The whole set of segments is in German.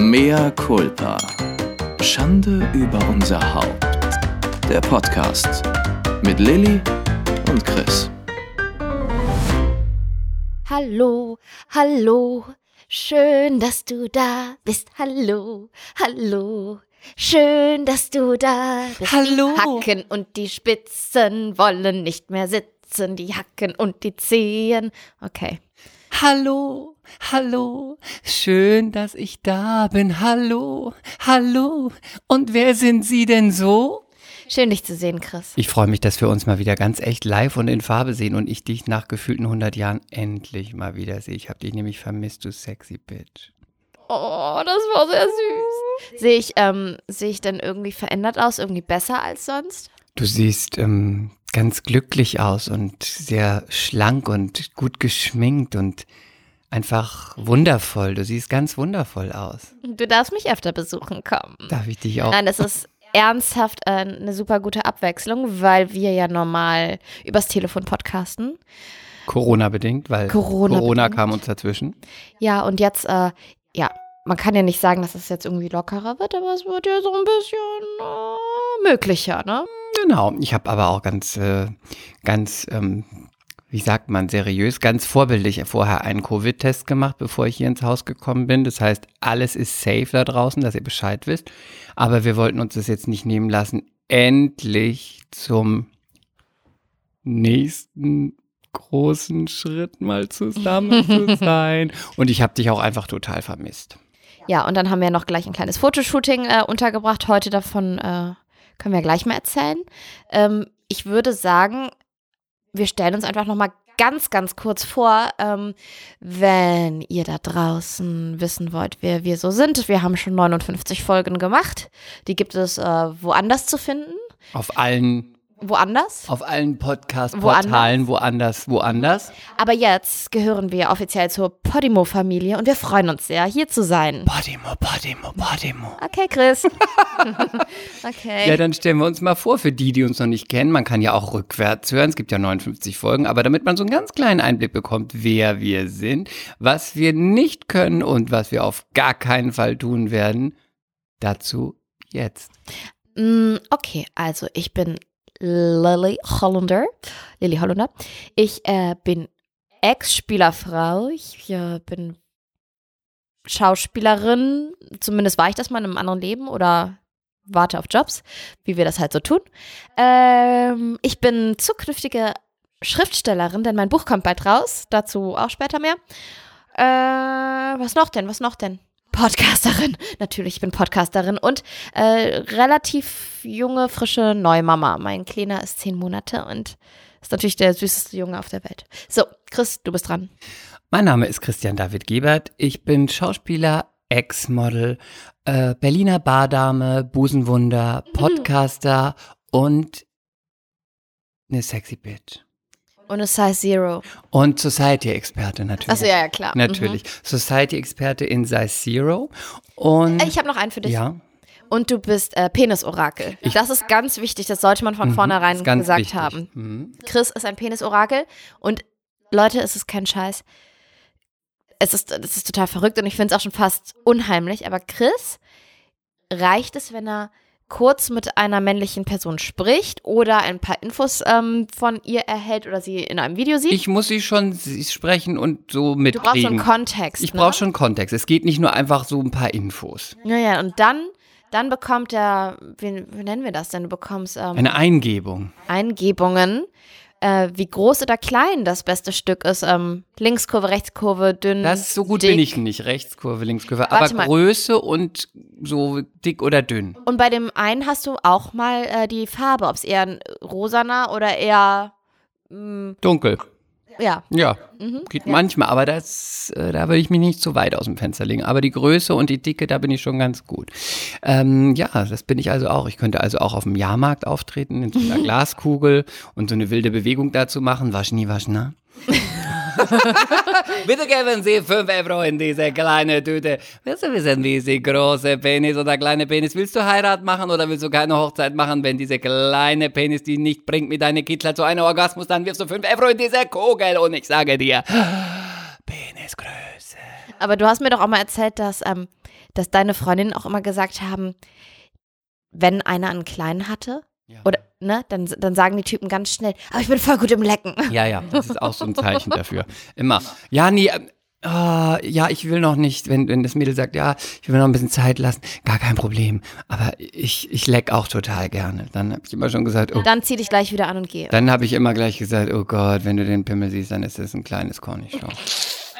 Mea culpa. Schande über unser Haupt. Der Podcast mit Lilly und Chris. Hallo, hallo, schön, dass du da bist. Hallo, hallo, schön, dass du da bist. Hallo. Die Hacken und die Spitzen wollen nicht mehr sitzen, die Hacken und die Zehen. Okay. Hallo, hallo, schön, dass ich da bin. Hallo, hallo. Und wer sind Sie denn so? Schön, dich zu sehen, Chris. Ich freue mich, dass wir uns mal wieder ganz echt live und in Farbe sehen und ich dich nach gefühlten 100 Jahren endlich mal wieder sehe. Ich habe dich nämlich vermisst, du sexy Bitch. Oh, das war sehr süß. Sehe ich, ähm, sehe ich denn irgendwie verändert aus, irgendwie besser als sonst? Du siehst ähm, ganz glücklich aus und sehr schlank und gut geschminkt und einfach wundervoll. Du siehst ganz wundervoll aus. Du darfst mich öfter besuchen kommen. Darf ich dich auch? Nein, es ist ernsthaft äh, eine super gute Abwechslung, weil wir ja normal übers Telefon podcasten. Corona bedingt, weil Corona Äh, Corona bedingt. kam uns dazwischen. Ja, und jetzt, äh, ja, man kann ja nicht sagen, dass es jetzt irgendwie lockerer wird, aber es wird ja so ein bisschen äh, möglicher, ne? Genau, ich habe aber auch ganz, äh, ganz, ähm, wie sagt man, seriös, ganz vorbildlich vorher einen Covid-Test gemacht, bevor ich hier ins Haus gekommen bin. Das heißt, alles ist safe da draußen, dass ihr Bescheid wisst. Aber wir wollten uns das jetzt nicht nehmen lassen, endlich zum nächsten großen Schritt mal zusammen zu sein. Und ich habe dich auch einfach total vermisst. Ja, und dann haben wir noch gleich ein kleines Fotoshooting äh, untergebracht. Heute davon äh, können wir gleich mal erzählen. Ähm, ich würde sagen, wir stellen uns einfach noch mal ganz, ganz kurz vor, ähm, wenn ihr da draußen wissen wollt, wer wir so sind. Wir haben schon 59 Folgen gemacht. Die gibt es äh, woanders zu finden. Auf allen Woanders. Auf allen Podcast-Portalen, woanders, Mhm. woanders. Aber jetzt gehören wir offiziell zur Podimo-Familie und wir freuen uns sehr, hier zu sein. Podimo, Podimo, Podimo. Okay, Chris. okay. Ja, dann stellen wir uns mal vor, für die, die uns noch nicht kennen, man kann ja auch rückwärts hören, es gibt ja 59 Folgen, aber damit man so einen ganz kleinen Einblick bekommt, wer wir sind, was wir nicht können und was wir auf gar keinen Fall tun werden, dazu jetzt. Mm, Okay, also ich bin Lily Hollander. Lily Hollander. Ich äh, bin Ex-Spielerfrau. Ich äh, bin Schauspielerin. Zumindest war ich das mal in einem anderen Leben oder warte auf Jobs, wie wir das halt so tun. Ähm, ich bin zukünftige Schriftstellerin, denn mein Buch kommt bald raus. Dazu auch später mehr. Äh, was noch denn? Was noch denn? Podcasterin. Natürlich, ich bin Podcasterin und äh, relativ junge, frische Neumama. Mein Kleiner ist zehn Monate und ist natürlich der süßeste Junge auf der Welt. So, Chris, du bist dran. Mein Name ist Christian David Gebert. Ich bin Schauspieler, Ex-Model, äh, Berliner Bardame, Busenwunder, Mhm. Podcaster und eine sexy Bitch. Und es heißt Zero. Und Society-Experte natürlich. Achso, ja, ja, klar. Mhm. Natürlich. Society-Experte in Size Zero. Und Äh, Ich habe noch einen für dich. ja, Und du bist äh, Penisorakel. Das ist ganz wichtig, das sollte man von vornherein Mhm. ist ganz gesagt wichtig. haben. Mhm. Chris ist ein Penisorakel und Leute, es ist kein Scheiß. Es ist, es ist total verrückt und ich finde es auch schon fast unheimlich, aber Chris reicht es, wenn er kurz mit einer männlichen Person spricht oder ein paar Infos ähm, von ihr erhält oder sie in einem Video sieht. Ich muss sie schon s- sprechen und du brauchst so so mitkriegen. einen Kontext. ich ne? brauche schon Kontext. Es geht nicht nur einfach so ein paar Infos. Ja, ja, und dann, dann bekommt er, wie, wie nennen wir das denn? Du bekommst ähm, Eine Eingebung. Eingebungen, äh, wie groß oder klein das beste Stück ist. Ähm, Linkskurve, Rechtskurve, dünn. Das so gut Hm, dick. bin ich nicht. Rechtskurve, Linkskurve. Aber Warte mal. Größe und so dick oder dünn. Und bei dem einen hast du auch mal äh, die Farbe, ob es eher ein rosaner oder eher, Dunkel. ja. mhm. Ja, geht manchmal, aber das, äh, da würde ich mich nicht zu weit aus dem Fenster legen. Aber die Größe und die Dicke, da bin ich schon ganz gut. Ähm, ja, das bin ich also auch. Ich könnte also auch auf dem Jahrmarkt auftreten, in so einer Glaskugel und so eine wilde Bewegung dazu machen. Waschni, waschna. Bitte geben Sie 5 Euro in diese kleine Tüte. Willst du wissen, wie sie große Penis oder kleine Penis? Willst du Heirat machen oder willst du keine Hochzeit machen? Wenn diese kleine Penis die nicht bringt mit deiner Kittler zu einem Orgasmus, dann wirfst du 5 Euro in diese Kugel und ich sage dir, Penisgröße. Aber du hast mir doch auch mal erzählt, dass ähm, dass deine Freundinnen auch immer gesagt haben, wenn einer einen kleinen hatte, Ja. oder, ne, dann, dann sagen die Typen ganz schnell, aber ich bin voll gut im Lecken. Ja, ja, das ist auch so ein Zeichen dafür. Immer. Ja, nee, ähm, ah, ja, ich will noch nicht, wenn, wenn das Mädel sagt, ja, ich will noch ein bisschen Zeit lassen, gar kein Problem. Aber ich, ich leck auch total gerne. Dann habe ich immer schon gesagt, oh, Dann zieh dich gleich wieder an und geh. dann habe ich immer gleich gesagt, oh Gott, wenn du den Pimmel siehst, dann ist das ein kleines Cornichon.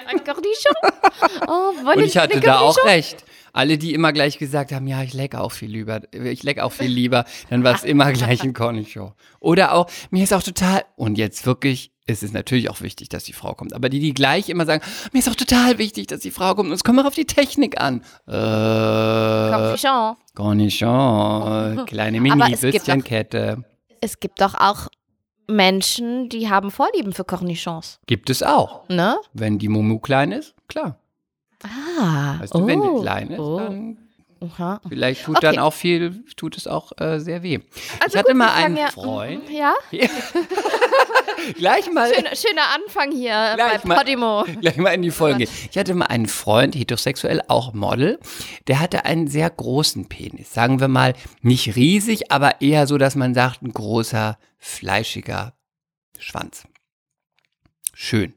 Ein Cornichon. Oh, wollen Und wir ich hatte eine da auch Cornichon? recht. Alle, die immer gleich gesagt haben, ja, ich leck auch viel lieber, ich leck auch viel lieber, dann war es immer gleich ein Cornichon. Oder auch, mir ist auch total, und jetzt wirklich, es ist natürlich auch wichtig, dass die Frau kommt, aber die, die gleich immer sagen, mir ist auch total wichtig, dass die Frau kommt, und es kommt auch auf die Technik an. Äh, Cornichon. Cornichon, kleine Aber mini es gibt auch- Würstchenkette. Es gibt doch auch Menschen, die haben Vorlieben für Cornichons, Gibt es auch. ne? Wenn die Mumu klein ist, klar. Ah. Weißt du, wenn die oh, klein ist, oh, dann aha. Vielleicht tut Okay. dann auch viel, tut es auch äh, sehr weh. ich Also hatte gut, mal wir fangen einen ja, Mhm, Freund. Also- Ja, Gleich mal, Schöner, schöner Anfang hier Gleich bei mal. Podimo. gleich mal in die Folge. Ich hatte mal einen Freund, heterosexuell, auch Model, der hatte einen sehr großen Penis. Sagen wir mal, nicht riesig, aber eher so, dass man sagt, ein großer, fleischiger Schwanz. Schön.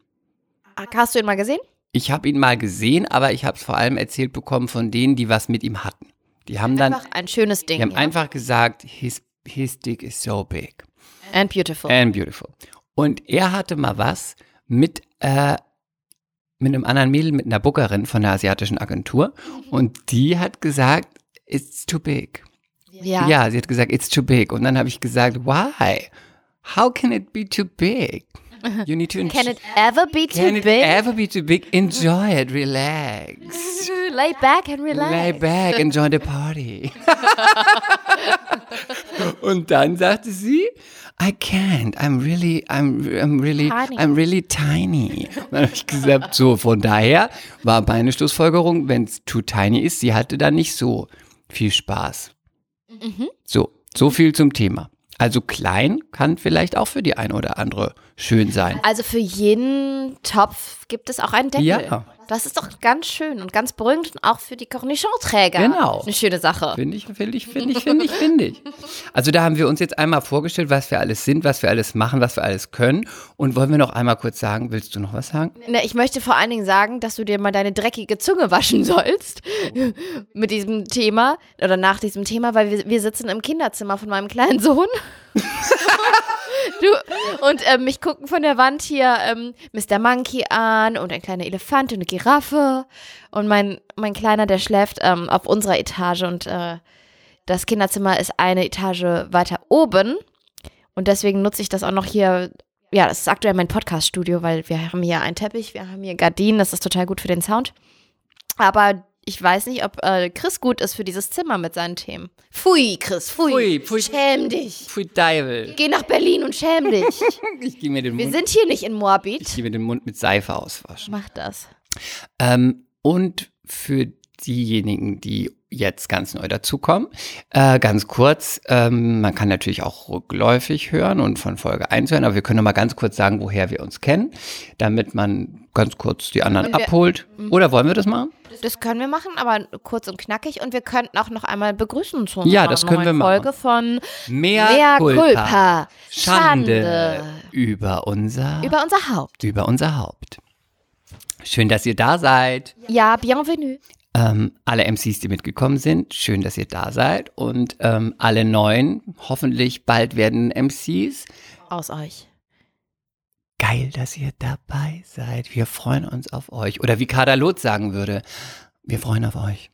Hast du ihn mal gesehen? Ich habe ihn mal gesehen, aber ich habe es vor allem erzählt bekommen von denen, die was mit ihm hatten. Die haben dann, Einfach ein schönes Ding. die haben ja. einfach gesagt, his, his dick is so big. And beautiful. And beautiful. Und er hatte mal was mit, äh, mit einem anderen Mädel, mit einer Bookerin von einer asiatischen Agentur. Mhm. Und die hat gesagt, it's too big. Ja, ja. sie hat gesagt, it's too big. Und dann habe ich gesagt, why? How can it be too big? You need to Can it ever be too Can it big? ever be too big? Enjoy it, relax. Lay back and relax. Lay back, enjoy the party. Und dann sagte sie, I can't, I'm really, I'm, I'm really, Tiny. I'm really tiny. Und dann habe ich gesagt, so, von daher war meine Schlussfolgerung, wenn es too tiny ist, sie hatte da nicht so viel Spaß. Mhm. So, so viel zum Thema. Also klein kann vielleicht auch für die ein oder andere schön sein. Also für jeden Topf gibt es auch einen Deckel. Ja. Das ist doch ganz schön und ganz berühmt und auch für die Cornichon-Träger. Genau. Eine schöne Sache. Finde ich, finde ich, finde ich, finde ich, finde ich. Also da haben wir uns jetzt einmal vorgestellt, was wir alles sind, was wir alles machen, was wir alles können. Und wollen wir noch einmal kurz sagen, willst du noch was sagen? Ne, ich möchte vor allen Dingen sagen, dass du dir mal deine dreckige Zunge waschen sollst mit diesem Thema oder nach diesem Thema, weil wir, wir sitzen im Kinderzimmer von meinem kleinen Sohn. du, und ähm, mich gucken von der Wand hier ähm, Mr. Monkey an und ein kleiner Elefant und eine Giraffe. Und mein, mein Kleiner, der schläft ähm, auf unserer Etage und äh, das Kinderzimmer ist eine Etage weiter oben. Und deswegen nutze ich das auch noch hier. Ja, das ist aktuell mein Podcast-Studio, weil wir haben hier einen Teppich, wir haben hier Gardinen, das ist total gut für den Sound. Aber ich weiß nicht, ob äh, Chris gut ist für dieses Zimmer mit seinen Themen. Pfui, Chris, pfui. Pfui, pfui. Schäm dich. Pfui Deivel. Geh nach Berlin und schäm dich. Ich gehe mir, den Wir Mund- sind hier nicht in ich Moabit. gehe mir den Mund mit Seife auswaschen. Mach das. Ähm, und für diejenigen, die jetzt ganz neu dazukommen, äh, ganz kurz, ähm, man kann natürlich auch rückläufig hören und von Folge 1 hören, aber wir können noch mal ganz kurz sagen, woher wir uns kennen, damit man ganz kurz die anderen Und wir- Mhm. abholt. Oder wollen wir das machen? Das können wir machen, aber kurz und knackig. Und wir könnten auch noch einmal begrüßen zu Ja, unserer das können wir neuen Folge machen. von Mehr, Mea Culpa. Culpa. Schande, über unser über, Über unser Haupt. unser Haupt. Schön, dass ihr da seid. Ja, bienvenue. Ähm, alle MCs, die mitgekommen sind, schön, dass ihr da seid. Und ähm, alle neuen, hoffentlich bald werden MCs. Aus euch. Geil, dass ihr dabei seid. Wir freuen uns auf euch. Oder wie Kader Loth sagen würde, wir freuen auf euch.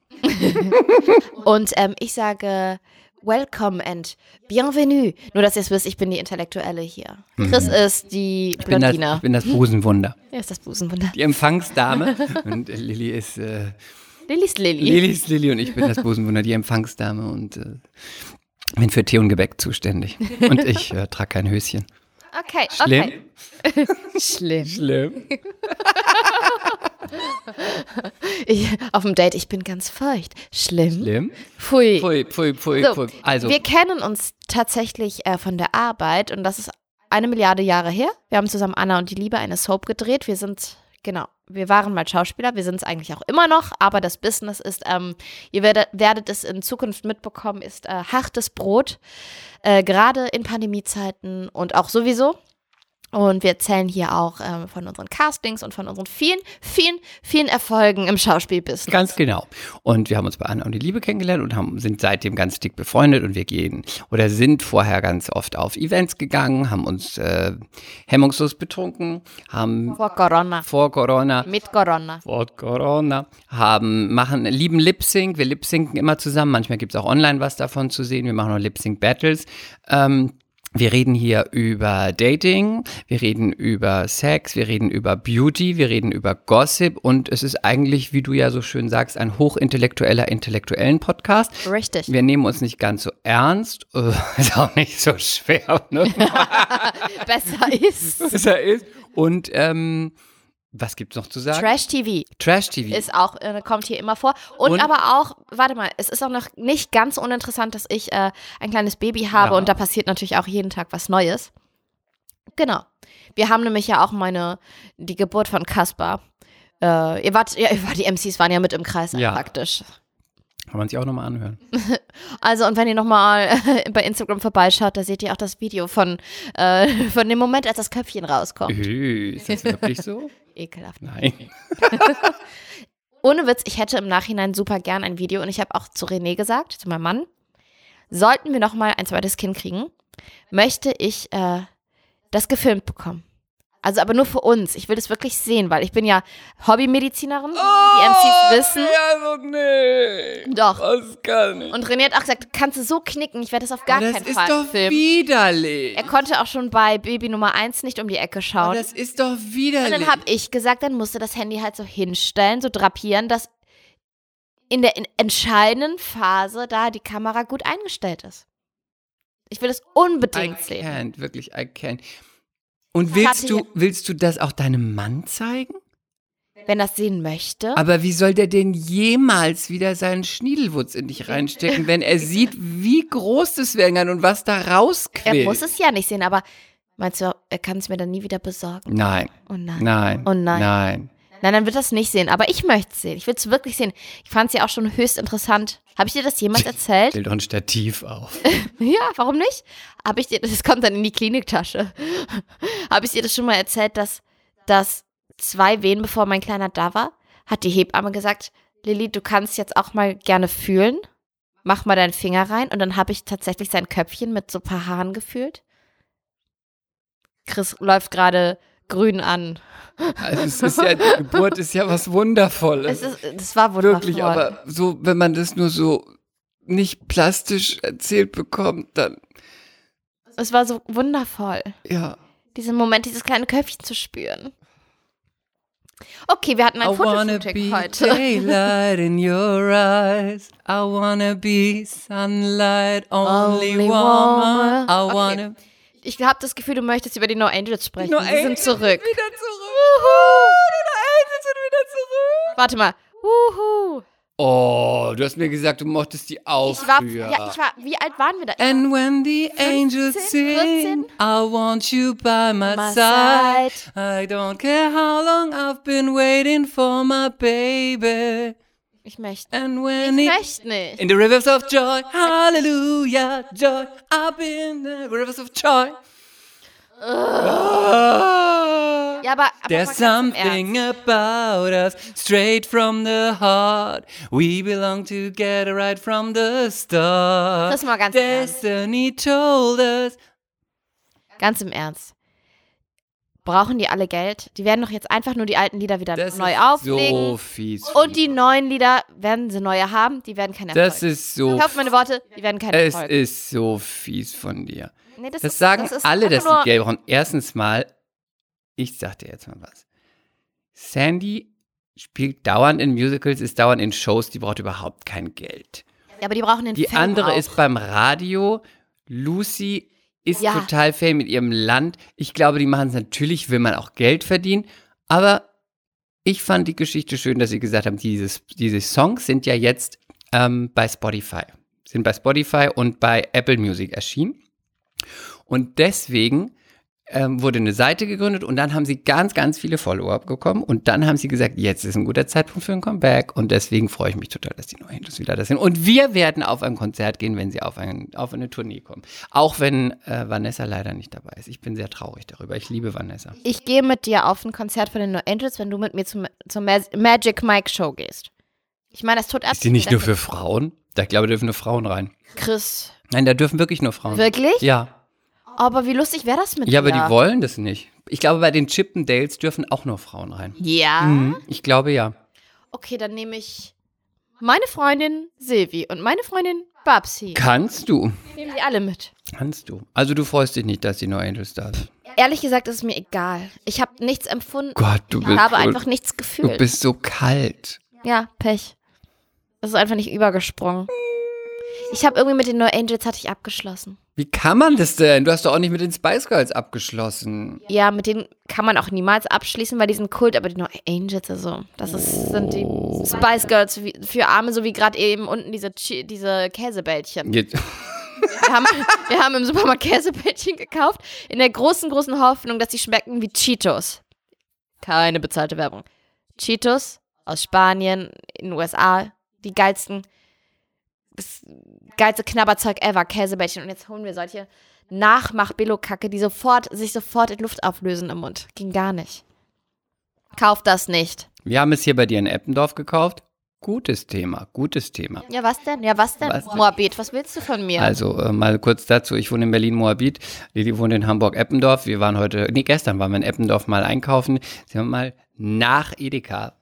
Und ähm, ich sage welcome and bienvenue. Nur, dass ihr es wisst, ich bin die Intellektuelle hier. Chris ist die Mhm. Ich bin halt- das, ich Blondine. bin das Busenwunder. Ja, ist das Busenwunder. Die Empfangsdame. Und äh, Lilly ist... Äh, Lilly ist Lilly. Lilly ist Lilly und ich bin das Busenwunder, die Empfangsdame und äh, bin für Tee und Gebäck zuständig. Und ich äh, trage kein Höschen. Okay, Schlimm? okay. Schlimm. Schlimm. Ich, auf dem Date, ich bin ganz feucht. Schlimm. Schlimm? Pfui. Pfui, pfui, pfui, So, pfui. Also, Wir kennen uns tatsächlich äh, von der Arbeit und das ist eine Milliarde Jahre her. Wir haben zusammen Anna und die Liebe eine Soap gedreht. Wir sind Genau. Wir waren mal Schauspieler, wir sind es eigentlich auch immer noch, aber das Business ist, ähm, ihr werdet, werdet es in Zukunft mitbekommen, ist äh, hartes Brot, äh, gerade in Pandemiezeiten und auch sowieso. Und wir erzählen hier auch ähm, von unseren Castings und von unseren vielen, vielen, vielen Erfolgen im Schauspielbusiness. Ganz genau. Und wir haben uns bei Anna und die Liebe kennengelernt und haben, sind seitdem ganz dick befreundet und wir gehen oder sind vorher ganz oft auf Events gegangen, haben uns äh, hemmungslos betrunken, haben Vor Corona. vor Corona Mit Corona. Wort Corona, haben, machen, lieben Lip Sync. Wir lip syncen immer zusammen. Manchmal gibt es auch online was davon zu sehen. Wir machen auch Lip Sync Battles. Ähm, wir reden hier über Dating, wir reden über Sex, wir reden über Beauty, wir reden über Gossip und es ist eigentlich, wie du ja so schön sagst, ein hochintellektueller, intellektuellen Podcast. Richtig. Wir nehmen uns nicht ganz so ernst, äh, ist auch nicht so schwer. Ne? Besser ist. Was er ist. Und ähm, was gibt's noch zu sagen? Trash TV Trash TV. ist auch, äh, kommt hier immer vor. Und, Und- aber auch, warte mal, es ist auch noch nicht ganz uninteressant, dass ich äh, ein kleines Baby habe Ja. und da passiert natürlich auch jeden Tag was Neues. Genau. Wir haben nämlich ja auch meine, die Geburt von Kaspar. Äh, ihr wart, ja, ihr wart, die MCs waren ja mit im Kreis Ja. praktisch. Kann man sich auch nochmal anhören. Also, und wenn ihr nochmal bei Instagram vorbeischaut, da seht ihr auch das Video von, äh, von dem Moment, als das Köpfchen rauskommt. Äh, Ist das wirklich so? Ekelhaft. Nein. Ohne Witz, ich hätte im Nachhinein super gern ein Video und ich habe auch zu René gesagt, zu meinem Mann, sollten wir nochmal ein zweites Kind kriegen, möchte ich äh, das gefilmt bekommen. Also aber nur für uns. Ich will das wirklich sehen, weil ich bin ja Hobbymedizinerin, die Oh, MCs wissen. Ja, so nee. Doch. Das kann nicht. Und René hat auch gesagt, kannst du so knicken, ich werde das auf gar das keinen ist Fall doch filmen. widerlich. Er konnte auch schon bei Baby Nummer 1 nicht um die Ecke schauen. Das ist doch Und widerlich. dann habe ich gesagt, dann musste das Handy halt so hinstellen, so drapieren, dass in der in entscheidenden Phase da die Kamera gut eingestellt ist. Ich will es I unbedingt sehen. can't, wirklich, I can't. Und Das willst hatte du, willst du das auch deinem Mann zeigen? Wenn das sehen möchte. Aber wie soll der denn jemals wieder seinen Schniedelwutz in dich reinstecken, wenn er sieht, wie groß das werden kann und was da Er rausquillt? muss es ja nicht sehen, aber meinst du, er kann es mir dann nie wieder besorgen? Nein, Oh nein. nein, Oh nein. nein. Nein, dann wird das nicht sehen, aber ich möchte es sehen. Ich will es wirklich sehen. Ich fand es ja auch schon höchst interessant. Habe ich dir das jemals erzählt? Stell doch ein Stativ auf. Ja, warum nicht? Habe ich dir, das kommt dann in die Kliniktasche. Habe ich dir das schon mal erzählt, dass, dass zwei Wehen, bevor mein Kleiner da war, hat die Hebamme gesagt, Lilly, du kannst jetzt auch mal gerne fühlen. Mach mal deinen Finger rein. Und dann habe ich tatsächlich sein Köpfchen mit so ein paar Haaren gefühlt. Chris läuft gerade grün an. Also es ist ja, die Geburt ist ja was Wundervolles. Es ist, das war wundervoll. Wirklich, aber so, wenn man das nur so nicht plastisch erzählt bekommt, dann, Es war so wundervoll. ja. diesen Moment, dieses kleine Köpfchen zu spüren. Okay, wir hatten ein Fotoshooting heute. daylight in your eyes. I wanna be sunlight, only, Only warmer. I warmer. wanna Okay. Ich habe das Gefühl, du möchtest über die No Angels sprechen. No Die Angels sind zurück. Wieder zurück. Die No Angels sind wieder zurück. Warte mal. Uhu. Oh, du hast mir gesagt, du mochtest die auch Ich war, früher. ja, ich war, wie alt waren wir da? And when the angels 14? sing, I want you by my, My side. side. I don't care how long I've been waiting for my baby. ich möchte. And when Ich it- möchte nicht. in the rivers of joy, hallelujah, joy, I've been in the rivers of joy. Ah. Ja, aber, aber There's mal ganz im something about us, straight from the heart. We belong together right from the start. Das mal ganz im Ernst. Destiny told us. Ernst. Ganz im Ernst. Brauchen die alle Geld? Die werden doch jetzt einfach nur die alten Lieder wieder Das neu ist so auflegen. fies. und die neuen Lieder werden sie neue haben, die werden kein Erfolg. Das ist so. Kauft meine Worte, die werden kein Es Erfolg. ist so fies von dir. Nee, Das ist- sagen ist alle, dass einfach sie nur- Geld brauchen. Erstens mal, ich sag dir jetzt mal was. Sandy spielt dauernd in Musicals, ist dauernd in Shows, die braucht überhaupt kein Geld. Ja, aber die brauchen den Die Film andere auch. ist beim Radio. Lucy ist Ja. total fame mit ihrem Land. Ich glaube, die machen es natürlich, will man auch Geld verdienen. Aber ich fand die Geschichte schön, dass sie gesagt haben, dieses, diese Songs sind ja jetzt ähm, bei Spotify. Sind bei Spotify und bei Apple Music erschienen. Und deswegen ähm, wurde eine Seite gegründet und dann haben sie ganz, ganz viele Follower bekommen und dann haben sie gesagt, jetzt ist ein guter Zeitpunkt für ein Comeback und deswegen freue ich mich total, dass die neuen Hindus wieder das sind. Und wir werden auf ein Konzert gehen, wenn sie auf, ein, auf eine Tournee kommen. Auch wenn äh, Vanessa leider nicht dabei ist. Ich bin sehr traurig darüber. Ich liebe Vanessa. Ich gehe mit dir auf ein Konzert von den No Angels, wenn du mit mir zum, zur Ma Magic Mike Show gehst. Ich meine, das tut ab. Ist die nicht nur für Frauen? Da glaube ich, dürfen nur Frauen rein. Chris. Nein, da dürfen wirklich nur Frauen. Wirklich? Ja. Aber wie lustig wäre das mit Ja, aber dir? die wollen das nicht. Ich glaube, bei den Chippendales dürfen auch nur Frauen rein. Ja. Mhm, ich glaube ja. Okay, dann nehme ich meine Freundin Silvi und meine Freundin Babsi. Kannst du. Nehmen die alle mit. Kannst du. Also du freust dich nicht, dass die No Angels da sind. Ehrlich gesagt ist es mir egal. Ich habe nichts empfunden. Gott, du ich bist habe so- einfach nichts Du gefühlt. bist so kalt. ja, Pech. Es ist einfach nicht übergesprungen. Ich habe irgendwie mit den No Angels hatte ich abgeschlossen. Wie kann man das denn? Du hast doch auch nicht mit den Spice Girls abgeschlossen. Ja, mit denen kann man auch niemals abschließen, weil die sind Kult, aber die No Angels, also, das ist, sind die Spice Girls wie- für Arme, so wie gerade eben unten diese, Chi- diese Käsebällchen. Jetzt. Wir haben, wir haben im Supermarkt Käsebällchen gekauft, in der großen, großen Hoffnung, dass sie schmecken wie Cheetos. Keine bezahlte Werbung. Cheetos aus Spanien, in den USA, die geilsten, das geilste Knabberzeug ever, Käsebällchen. Und jetzt holen wir solche Nachmach-Billo-Kacke, die sofort, sich sofort in Luft auflösen im Mund. Ging gar nicht. Kauft das nicht. Wir haben es hier bei dir in Eppendorf gekauft. Gutes Thema, gutes Thema. Ja, was denn? Ja, was denn? Was denn? Moabit, was willst du von mir? Also äh, mal kurz dazu, ich wohne in Berlin-Moabit, Lili wohnt in Hamburg-Eppendorf. Wir waren heute, nee, gestern waren wir in Eppendorf mal einkaufen. Sind wir mal nach Edeka,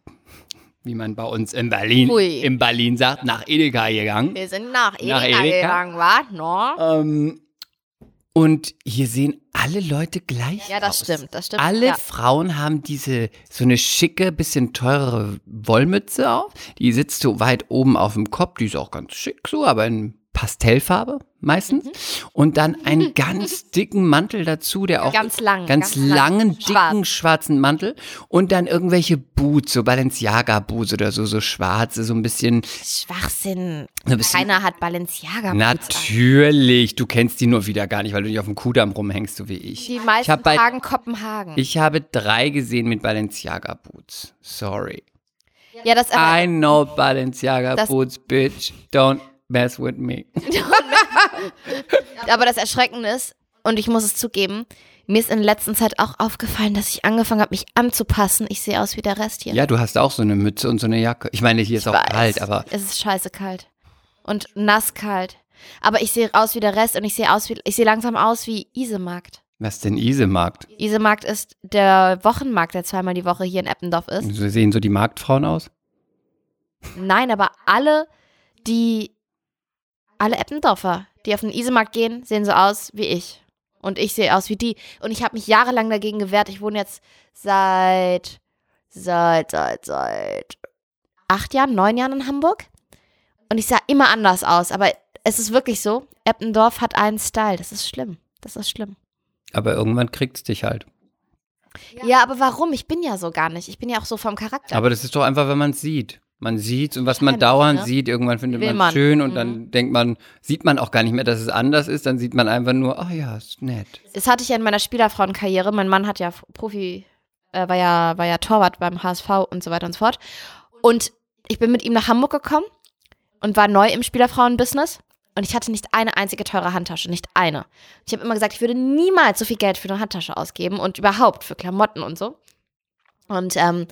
wie man bei uns in Berlin, Hui. in Berlin sagt, nach Edeka gegangen. wir sind nach Nach Edeka Edeka? gegangen, wa? No? Ähm, und hier sehen alle Leute gleich Ja, das aus. stimmt, das stimmt. Alle ja. Frauen haben diese so eine schicke, bisschen teurere Wollmütze auf. Die sitzt so weit oben auf dem Kopf. Die ist auch ganz schick so, aber in Pastellfarbe meistens. Mhm. Und dann einen ganz dicken Mantel dazu, der auch Ganz lang, ganz ganz, lang. langen, Schwarz. dicken schwarzen Mantel. Und dann irgendwelche Boots, so Balenciaga-Boots oder so, so schwarze, so ein bisschen, Schwachsinn. so ein bisschen Keiner hat Balenciaga. Natürlich, du kennst die nur wieder gar nicht, weil du nicht auf dem Kudamm rumhängst, so wie ich. Die ich, meisten hab bei, tragen Kopenhagen. ich habe drei gesehen mit Balenciaga-Boots. Sorry. ja, das aber, I know Äh, Das- Balenciaga-Boots, bitch. Don't mess with me. aber das Erschreckende ist, und ich muss es zugeben, mir ist in letzter Zeit auch aufgefallen, dass ich angefangen habe, mich anzupassen. Ich sehe aus wie der Rest hier. Ja, du hast auch so eine Mütze und so eine Jacke. Ich meine, hier ist auch weiß. kalt, aber Es ist scheiße kalt. Und nass kalt. Aber ich sehe aus wie der Rest und ich sehe aus wie, ich sehe langsam aus wie Isemarkt. was denn Isemarkt? Isemarkt ist der Wochenmarkt, der zweimal die Woche hier in Eppendorf ist. So sehen so die Marktfrauen aus? Nein, aber alle, die, alle Eppendorfer, die auf den Isemarkt gehen, sehen so aus wie ich. Und ich sehe aus wie die. Und ich habe mich jahrelang dagegen gewehrt. Ich wohne jetzt seit, seit, seit, seit acht Jahren, neun Jahren in Hamburg. Und ich sah immer anders aus. Aber es ist wirklich so, Eppendorf hat einen Style. Das ist schlimm. Das ist schlimm. Aber irgendwann kriegt's dich halt. Ja, aber warum? Ich bin ja so gar nicht. Ich bin ja auch so vom Charakter. Aber das ist doch einfach, wenn man sieht. Man sieht und was man Wahrscheinlich, dauernd ne? sieht, irgendwann findet Will man man. es schön und Mhm. dann denkt man, sieht man auch gar nicht mehr, dass es anders ist, dann sieht man einfach nur, ach ja, ist nett. Das hatte ich ja in meiner Spielerfrauenkarriere. Mein Mann hat ja Profi, äh, war ja, war ja Torwart beim HSV und so weiter und so fort. Und ich bin mit ihm nach Hamburg gekommen und war neu im Spielerfrauen-Business. Und ich hatte nicht eine einzige teure Handtasche, nicht eine. Ich habe immer gesagt, ich würde niemals so viel Geld für eine Handtasche ausgeben und überhaupt für Klamotten und so. Und ähm,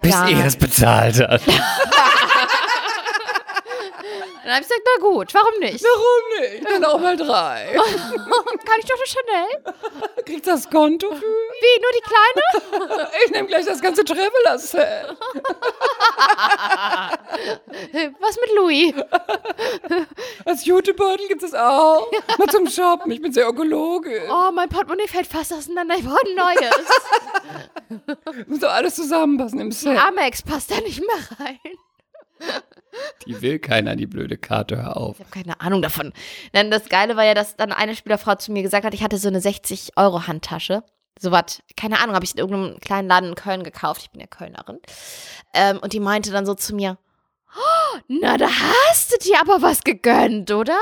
Bis Ja. er es bezahlt hat. dann habe ich gesagt, na gut, warum nicht? Warum nicht? Dann auch mal drei. Kann ich doch eine Chanel? Kriegst das Konto für? Wie, nur die kleine? Ich nehme gleich das ganze Traveler-Set. Was mit Louis? Als Jutebeutel gibt es auch. Mal zum Shoppen, ich bin sehr ökologisch. Oh, mein Portemonnaie fällt fast auseinander. Ich brauche ein neues. Muss doch alles zusammenpassen im Set. Amex passt da nicht mehr rein. Die will keiner, die blöde Karte, hör auf. Ich habe keine Ahnung davon. Nein, das Geile war ja, dass dann eine Spielerfrau zu mir gesagt hat, ich hatte so eine 60-Euro-Handtasche. So was, keine Ahnung, habe ich in irgendeinem kleinen Laden in Köln gekauft. Ich bin ja Kölnerin. Ähm, und die meinte dann so zu mir, oh, na, da hast du dir aber was gegönnt, oder?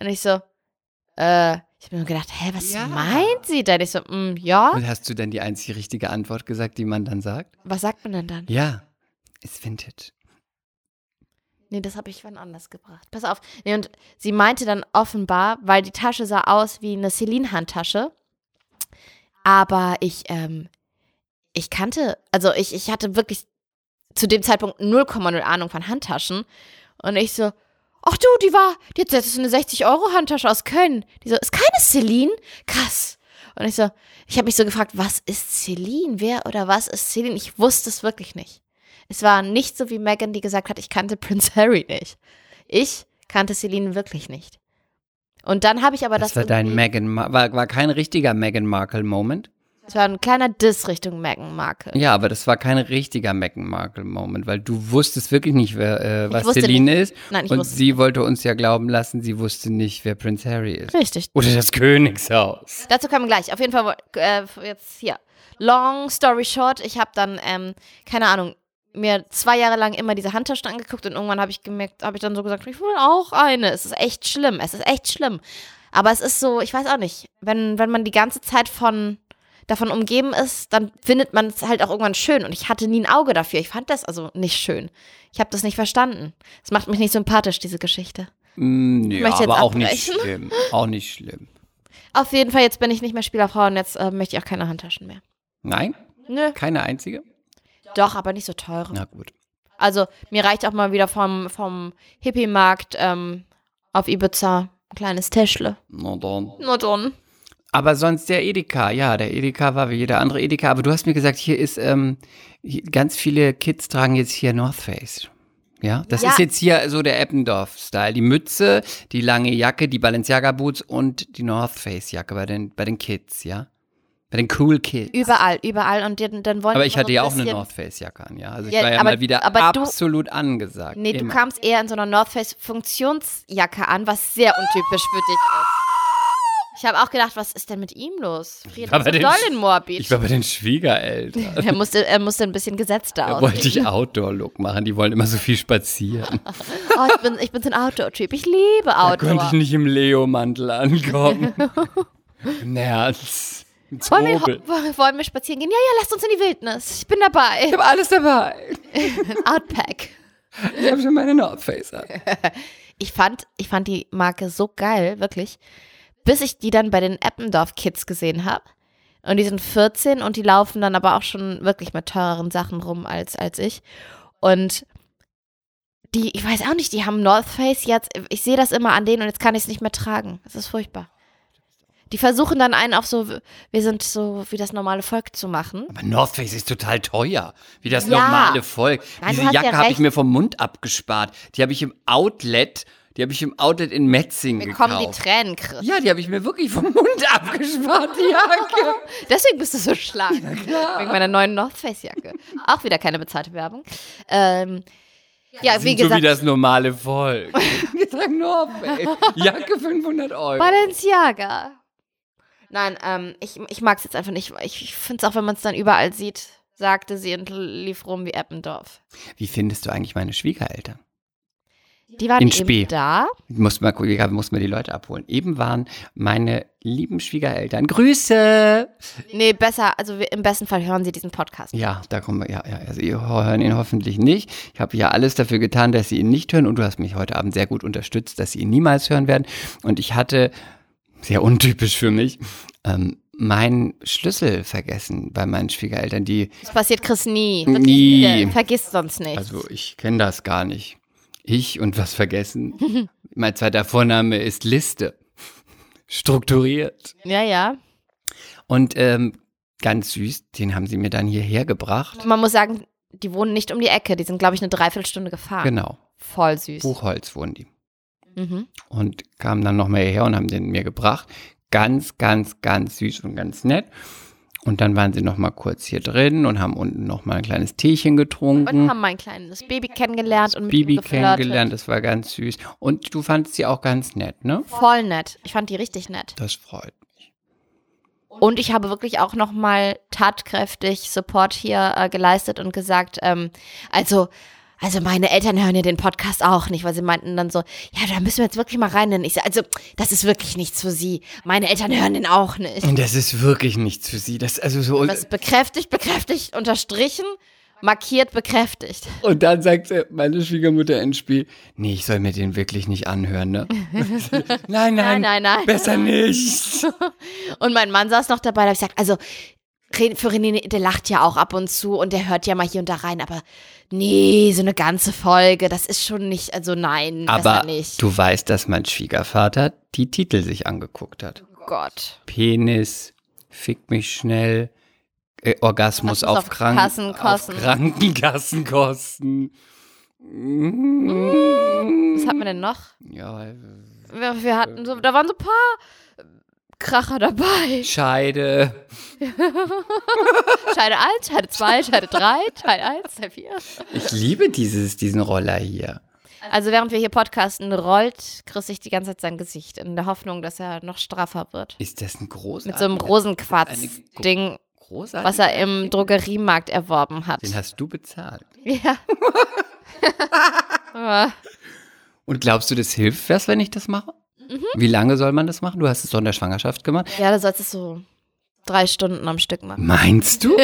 Und ich so, äh, Ich habe mir nur gedacht, hä, was Ja. Also meint sie denn? Ich so, mm, ja. Und hast du dann die einzig richtige Antwort gesagt, die man dann sagt? Was sagt man denn dann? Ja, ist Vintage. Nee, das habe ich wann anders gebracht. Pass auf. Nee, und sie meinte dann offenbar, weil die Tasche sah aus wie eine Celine-Handtasche. Aber ich, ähm, ich kannte, also ich, ich hatte wirklich zu dem Zeitpunkt 0,0 Ahnung von Handtaschen. Und ich so, ach du, die war, die hat jetzt so eine 60-Euro-Handtasche aus Köln. Die so, ist keine Celine? Krass. Und ich so, ich habe mich so gefragt, was ist Celine? Wer oder was ist Celine? Ich wusste es wirklich nicht. Es war nicht so wie Megan, die gesagt hat, ich kannte Prince Harry nicht. Ich kannte Celine wirklich nicht. Und dann habe ich aber das. Das, war dein irgendwie- Meghan, Mar- war, war kein richtiger Meghan Markle-Moment. Das war ein kleiner Diss Richtung Megan Markle. Ja, aber das war kein richtiger Meghan Markle-Moment, weil du wusstest wirklich nicht, wer, äh, was wusste Celine ist. Nein, ich und wusste sie wollte uns ja glauben lassen, sie wusste nicht, wer Prince Harry ist. Richtig. Oder das Königshaus. Dazu kommen wir gleich. Auf jeden Fall, wo- äh, jetzt hier. Long story short, ich habe dann, ähm, keine Ahnung, mir zwei Jahre lang immer diese Handtaschen angeguckt und irgendwann habe ich gemerkt, habe ich dann so gesagt, ich will auch eine. Es ist echt schlimm, es ist echt schlimm. Aber es ist so, ich weiß auch nicht, wenn, wenn man die ganze Zeit von davon umgeben ist, dann findet man es halt auch irgendwann schön. Und ich hatte nie ein Auge dafür. Ich fand das also nicht schön. Ich habe das nicht verstanden. Es macht mich nicht sympathisch, diese Geschichte. Mm, ja, möchte jetzt aber auch nicht abbrechen. schlimm. Auch nicht schlimm. Auf jeden Fall, jetzt bin ich nicht mehr Spielerfrau und jetzt äh, möchte ich auch keine Handtaschen mehr. Nein, Nö. keine einzige. Doch, aber nicht so teure. Na gut. Also mir reicht auch mal wieder vom, vom Hippie-Markt ähm, auf Ibiza ein kleines Täschle. Na dann. Nur drin. Aber sonst der Edeka, ja, der Edeka war wie jeder andere Edeka. Aber du hast mir gesagt, hier ist, ähm, hier, ganz viele Kids tragen jetzt hier North Face. Ja, das Ja. ist jetzt hier so der Eppendorf-Style. Die Mütze, die lange Jacke, die Balenciaga-Boots und die North Face-Jacke bei den, bei den Kids, ja? Bei den cool Kids. Überall, überall. Und dann, dann wollen aber die ich immer hatte so ja ein auch eine bisschen- North Face-Jacke an, ja? Also ich Ja, war ja aber- mal wieder aber du- absolut angesagt. Nee, du Immer. kamst eher in so einer North Face Funktionsjacke an, was sehr untypisch für dich ist. Ich habe auch gedacht, was ist denn mit ihm los? Friert war so bei den doll Sch- in Moabit. Ich war bei den Schwiegereltern. Er musste, er musste ein bisschen gesetzter Da aussehen. wollte ich Outdoor-Look machen. Die wollen immer so viel spazieren. Oh, ich bin, ich bin so ein Outdoor-Typ. Ich liebe Da konnte Outdoor. ich nicht im Leo-Mantel ankommen. Im Ernst. Im Wollen wir, Zobel. wollen wir spazieren gehen? Ja, ja, lasst uns in die Wildnis. Ich bin dabei. Ich habe alles dabei. Outback. Ich habe schon meine North Face an. Ich fand, ich fand die Marke so geil, wirklich, bis ich die dann bei den Eppendorf-Kids gesehen habe. Und die sind 14 und die laufen dann aber auch schon wirklich mit teureren Sachen rum als, als ich. Und die, ich weiß auch nicht, die haben North Face jetzt, ich sehe das immer an denen und jetzt kann ich es nicht mehr tragen. Das ist furchtbar. Die versuchen dann einen auf so, wir sind so wie das normale Volk zu machen. Aber North Face ist total teuer. Wie das Ja. normale Volk. Nein, du Diese hast ja Jacke habe ich recht. mir vom Mund abgespart. Die habe ich im Outlet, die habe ich im Outlet in Metzing Mir gekauft. kommen die Tränen, Chris. ja, die habe ich mir wirklich vom Mund abgespart, die Jacke. Deswegen bist du so schlank. Wegen meiner neuen North Face Jacke. Auch wieder keine bezahlte Werbung. Ähm, ja, wie Sind so wie gesagt, das normale Volk. Wir tragen North Face. Jacke 500 Euro. Balenciaga. Nein, ähm, ich, ich mag es jetzt einfach nicht. Ich, ich finde es auch, wenn man es dann überall sieht, sagte sie und lief rum wie Eppendorf. Wie findest du eigentlich meine Schwiegereltern? Die waren In Spee. eben da. Ich muss mal gucken, ich muss mal die Leute abholen. Eben waren meine lieben Schwiegereltern. Grüße! Nee, besser, also wir, im besten Fall hören sie diesen Podcast. Ja, da kommen wir. Ja, ja, also ihr hören ihn hoffentlich nicht. Ich habe ja alles dafür getan, dass sie ihn nicht hören und du hast mich heute Abend sehr gut unterstützt, dass sie ihn niemals hören werden. Und ich hatte, sehr untypisch für mich, ähm, meinen Schlüssel vergessen bei meinen Schwiegereltern, die, Das passiert Chris nie. Wirklich Nie. nie. Vergiss sonst nicht. also ich kenne das gar nicht. Ich und was vergessen. mein zweiter Vorname ist Liste. Strukturiert. ja, ja. Und ähm, ganz süß, den haben sie mir dann hierher gebracht. Man muss sagen, die wohnen nicht um die Ecke. Die sind, glaube ich, eine Dreiviertelstunde gefahren. Genau, Voll süß. Buchholz wohnen die. Mhm. Und kamen dann nochmal hierher und haben den mir gebracht. Ganz, ganz, ganz süß und ganz nett. Und dann waren sie nochmal kurz hier drin und haben unten nochmal ein kleines Teechen Und getrunken. haben mein kleines Baby kennengelernt und mit Bibi ihm geflirtet. Mhm. kennengelernt, das war ganz süß. Und du fandst sie auch ganz nett, ne? Voll nett. Ich fand die richtig nett. Das freut mich. Und ich habe wirklich auch nochmal tatkräftig Support hier äh, geleistet und gesagt, ähm, also Also meine Eltern hören ja den Podcast auch nicht, weil sie meinten dann so, ja, da müssen wir jetzt wirklich mal rein. Und ich so, also das ist wirklich nichts für sie. Meine Eltern hören den auch nicht. Und das ist wirklich nichts für sie. Das, also so, Das bekräftigt, bekräftigt, unterstrichen, markiert, bekräftigt. Und dann sagt äh, meine Schwiegermutter ins Spiel, nee, ich soll mir den wirklich nicht anhören, ne? nein, nein, Nein, nein, nein. besser nicht. Und mein Mann saß noch dabei, da hab ich gesagt, also Ren- für René, der lacht ja auch ab und zu und der hört ja mal hier und da rein, aber nee, so eine ganze Folge, das ist schon nicht, also nein, Aber besser nicht. du weißt, dass mein Schwiegervater die Titel sich angeguckt hat. Oh Gott. Penis, fick mich schnell, äh, Orgasmus Orgasmus auf, auf Kranken, Kassenkosten. auf Krankenkassenkosten. Was Hm, hat man denn noch? Ja, äh, Wir, wir hatten so, da waren so ein paar Kracher dabei. Scheide. Scheide 1, Scheide 2, Scheide 3, Scheide 1, Scheide 4. Ich liebe dieses, diesen Roller hier. Also während wir hier podcasten, rollt Chris sich die ganze Zeit sein Gesicht in der Hoffnung, dass er noch straffer wird. Ist das ein großartiger? Mit so einem Rosenquarz-Ding, großartiger was er im Drogeriemarkt erworben hat. Den hast du bezahlt. Ja. Aber Und glaubst du, das hilft was, wenn ich das mache? Mhm. Wie lange soll man das machen? Du hast es doch in der Schwangerschaft gemacht. ja, du solltest es so drei Stunden am Stück machen. Meinst du?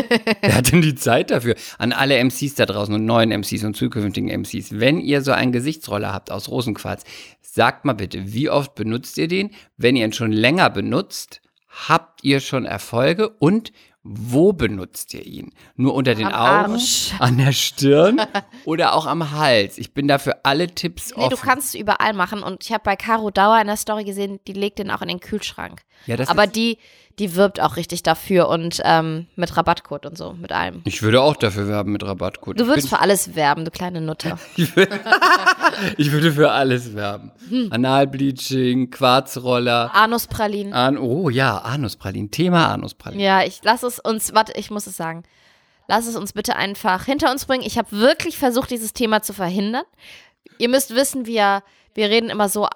Wer hat denn die Zeit dafür? An alle MCs da draußen und neuen MCs und zukünftigen MCs, wenn ihr so einen Gesichtsroller habt aus Rosenquarz, sagt mal bitte, wie oft benutzt ihr den? Wenn ihr ihn schon länger benutzt, habt ihr schon Erfolge und wo benutzt ihr ihn? Nur unter den Am Augen, Arsch. an der Stirn oder auch am Hals? Ich bin dafür alle Tipps Nee, offen. du kannst es überall machen. Und ich habe bei Caro Dauer in der Story gesehen, die legt den auch in den Kühlschrank. Ja, das Aber ist- die, die wirbt auch richtig dafür und ähm, mit Rabattcode und so, mit allem. Ich würde auch dafür werben mit Rabattcode. Du Ich würdest bin- für alles werben, du kleine Nutte. ich, würde, ich würde für alles werben. Hm. Analbleaching, Quarzroller, Anuspralinen. An oh ja, Anuspralin. Thema Anuspralin. Ja, ich lass es uns, warte, ich muss es sagen. Lass es uns bitte einfach hinter uns bringen. Ich habe wirklich versucht, dieses Thema zu verhindern. Ihr müsst wissen, wir, wir reden immer so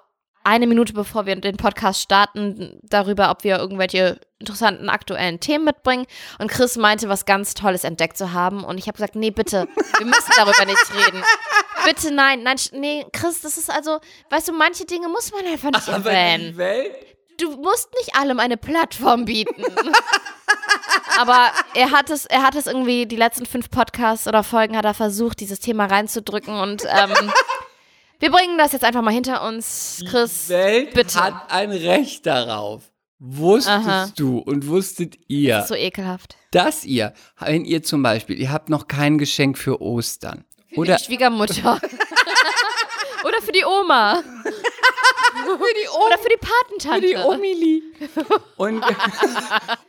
eine Minute, bevor wir den Podcast starten, darüber, ob wir irgendwelche interessanten aktuellen Themen mitbringen. Und Chris meinte, was ganz Tolles entdeckt zu haben. Und ich habe gesagt, nee, bitte, wir müssen darüber nicht reden. Bitte nein, nein, sch- nee, Chris, das ist also, weißt du, manche Dinge muss man einfach nicht erwähnen Welt? du musst nicht allem eine Plattform bieten. Aber er hat es, er hat es irgendwie die letzten fünf Podcasts oder Folgen hat er versucht, dieses Thema reinzudrücken und ähm, wir bringen das jetzt einfach mal hinter uns, Chris. Die Welt bitte. hat ein Recht darauf. Wusstest Aha. du und wusstet ihr, So ekelhaft. dass ihr, wenn ihr zum Beispiel, ihr habt noch kein Geschenk für Ostern oder Die Schwiegermutter. oder für die Oma. Oder für die für Patentante. die Omili. Und,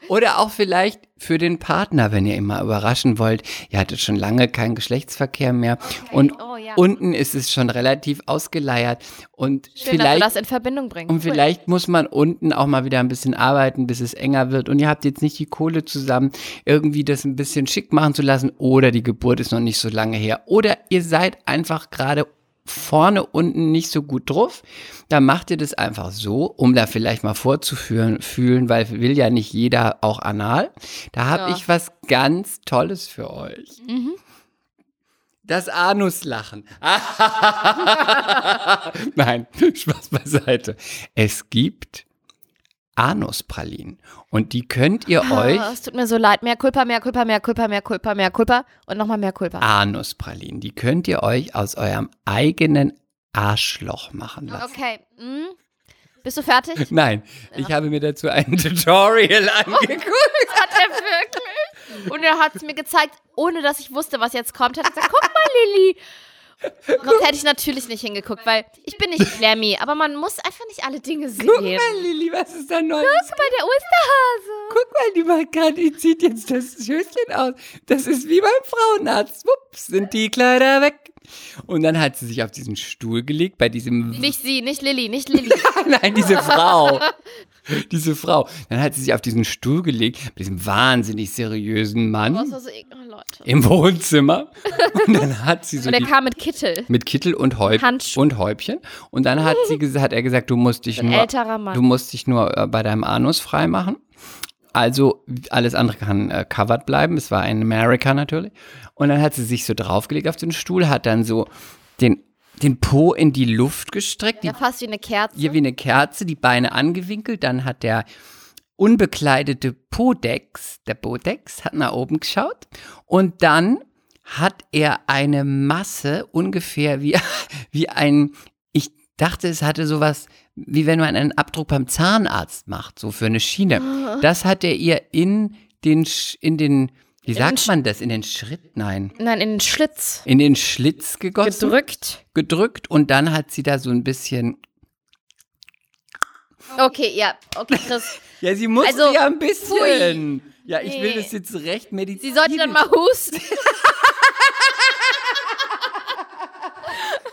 oder auch vielleicht für den Partner, wenn ihr ihn mal überraschen wollt. Ihr hattet schon lange keinen Geschlechtsverkehr mehr. Und Oh, ja. unten ist es schon relativ ausgeleiert. Und Schön, dass wir vielleicht. das in Verbindung bringen. Und vielleicht muss man unten auch mal wieder ein bisschen arbeiten, bis es enger wird. Und ihr habt jetzt nicht die Kohle zusammen, irgendwie das ein bisschen schick machen zu lassen. Oder die Geburt ist noch nicht so lange her. Oder ihr seid einfach gerade vorne unten nicht so gut drauf. Dann macht ihr das einfach so, um da vielleicht mal vorzuführen, fühlen, weil will ja nicht jeder auch anal. Da habe Ja. ich was ganz Tolles für euch. Das Anuslachen. Nein, Spaß beiseite. Es gibt Anuspralinen und die könnt ihr Ah, euch Es tut mir so leid. Mehr Kulpa, mehr Kulpa, mehr Kulpa, mehr Kulpa, mehr Kulpa. Und nochmal mehr Kulpa. Anuspralinen, die könnt ihr euch aus eurem eigenen Arschloch machen lassen. Okay. Hm? Bist du fertig? Nein, ich habe mir dazu ein Tutorial angeguckt. Das hat er wirklich. Und er hat es mir gezeigt, ohne dass ich wusste, was jetzt kommt. Er hat gesagt, guck mal, Lilly. Sonst hätte ich natürlich nicht hingeguckt, weil ich bin nicht Glammy, aber man muss einfach nicht alle Dinge sehen. Guck mal, Lilly, was ist da Neues? Guck mal, der Osterhase. Guck mal, die macht gerade, die zieht jetzt das Schößchen aus. Das ist wie beim Frauenarzt. Wups, sind die Kleider weg. Und dann hat sie sich auf diesen Stuhl gelegt, bei diesem Nicht sie, nicht Lilly, nicht Lilly. Nein, diese Frau. Diese Frau. Dann hat sie sich auf diesen Stuhl gelegt, mit diesem wahnsinnig Das seriösen Mann war so ek- oh, Leute. im Wohnzimmer. Und dann hat sie so Und er die, kam mit Kittel. mit Kittel und, Häub Handschuh. und Häubchen. Und dann hat, sie, ges- hat er gesagt, du musst dich Ein nur, älterer Mann. du musst dich nur äh, bei deinem Anus freimachen. Also alles andere kann äh, covered bleiben. Es war ein America natürlich. Und dann hat sie sich so draufgelegt auf den Stuhl, hat dann so den, den Po in die Luft gestreckt, Ja, die, fast wie eine Kerze. hier wie eine Kerze, die Beine angewinkelt. Dann hat der unbekleidete Podex, der Podex, hat nach oben geschaut. Und dann hat er eine Masse ungefähr wie, wie ein, ich dachte, es hatte sowas, wie wenn man einen Abdruck beim Zahnarzt macht, so für eine Schiene. Das hat er ihr in den, Sch- in den, wie sagt man das, in den Schritt, nein, Nein, in den Schlitz in den Schlitz gegossen, gedrückt. gedrückt und dann hat sie da so ein bisschen, Oh. Okay, ja, okay, Chris. ja, sie muss Also, ja ein bisschen. Ja, ich will Nee. das jetzt recht medizinisch. Sie sollte dann mal husten.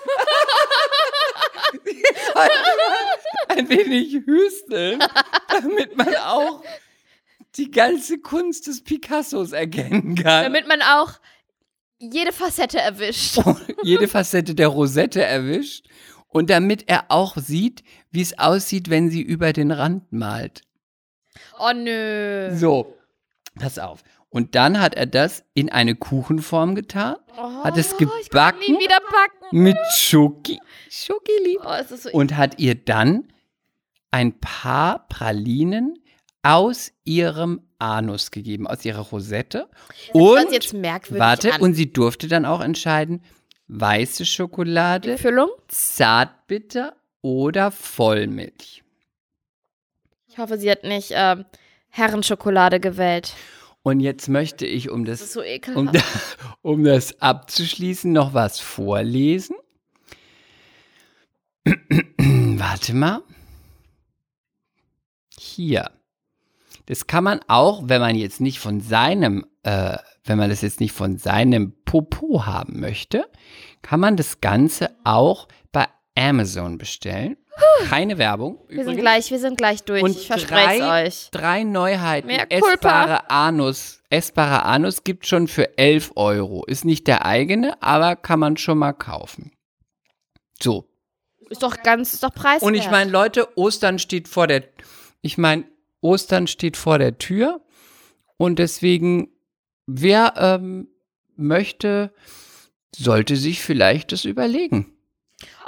Äh. ein wenig hüsteln, damit man auch die ganze Kunst des Picassos erkennen kann. Damit man auch jede Facette erwischt. jede Facette der Rosette erwischt und damit er auch sieht, wie es aussieht, wenn sie über den Rand malt. Oh nö. So, pass auf. Und dann hat er das in eine Kuchenform getan, Oh, hat es Ich kann nie gebacken wieder backen. mit Schoki, Schokili Oh, es ist so und hat ihr dann ein paar Pralinen aus ihrem Anus gegeben, aus ihrer Rosette. Das ist Und jetzt merkwürdig warte, an. und sie durfte dann auch entscheiden, weiße Schokolade, Füllung? Zartbitter oder Vollmilch. Ich hoffe, sie hat nicht ähm, Herrenschokolade gewählt. Und jetzt möchte ich, um das, Das ist so um, ekelhaft. da, um das abzuschließen, noch was vorlesen. Warte mal. Hier. Das kann man auch, wenn man jetzt nicht von seinem, äh, wenn man das jetzt nicht von seinem Popo haben möchte, kann man das Ganze auch bei Amazon bestellen. Keine Werbung. Wir sind übrigens. gleich, wir sind gleich durch. Und ich verspreche drei- euch. Drei Neuheiten. Mea culpa. essbare Anus. Essbare Anus gibt schon für 11 Euro. Ist nicht der eigene, aber kann man schon mal kaufen. So. Ist doch ganz, ist doch preiswert. Und ich meine, Leute, Ostern steht vor der, ich meine, Ostern steht vor der Tür. Und deswegen, wer ähm, möchte, sollte sich vielleicht das überlegen.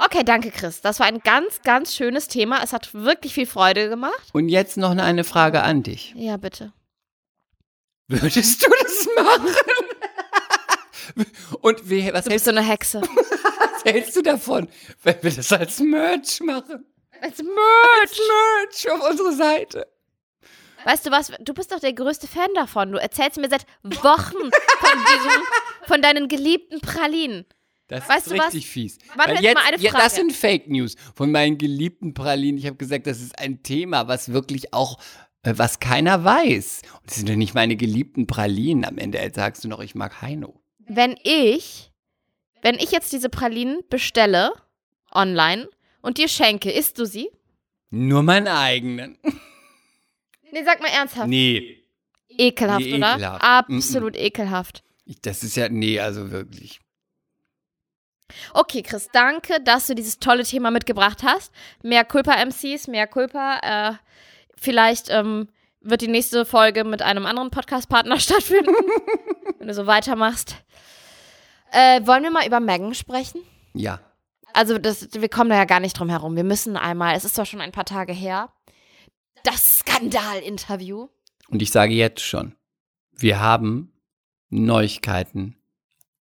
Okay, danke, Chris. Das war ein ganz, ganz schönes Thema. Es hat wirklich viel Freude gemacht. Und jetzt noch eine Frage an dich. Ja, bitte. Würdest du das machen? Und wie, was Du hältst bist so eine Hexe. Was hältst du davon, wenn wir das als Merch machen? Als Merch. Als Merch auf unsere Seite. Weißt du was? Du bist doch der größte Fan davon. Du erzählst mir seit Wochen von, diesem, von deinen geliebten Pralinen. Das Weißt ist du was? richtig fies. Warte, Weil jetzt mal eine ja, Frage. das sind Fake News von meinen geliebten Pralinen. Ich habe gesagt, das ist ein Thema, was wirklich auch, äh, was keiner weiß. Und das sind ja nicht meine geliebten Pralinen. Am Ende sagst du noch, ich mag Heino. Wenn ich, wenn ich jetzt diese Pralinen bestelle online und dir schenke, isst du sie? Nur meinen eigenen. Nee, sag mal ernsthaft. Nee. Ekelhaft, Nee, oder? ekelhaft. Absolut ekelhaft. Ich- Das ist ja, nee, also wirklich. Okay, Chris, danke, dass du dieses tolle Thema mitgebracht hast. Mehr Culpa-MCs, mehr Culpa. Äh, vielleicht ähm, wird die nächste Folge mit einem anderen Podcast-Partner stattfinden, wenn du so weitermachst. Äh, wollen wir mal über Megan sprechen? Ja. Also, das, wir kommen da ja gar nicht drum herum. Wir müssen einmal, es ist zwar schon ein paar Tage her, das Skandal-Interview. Und ich sage jetzt schon, wir haben Neuigkeiten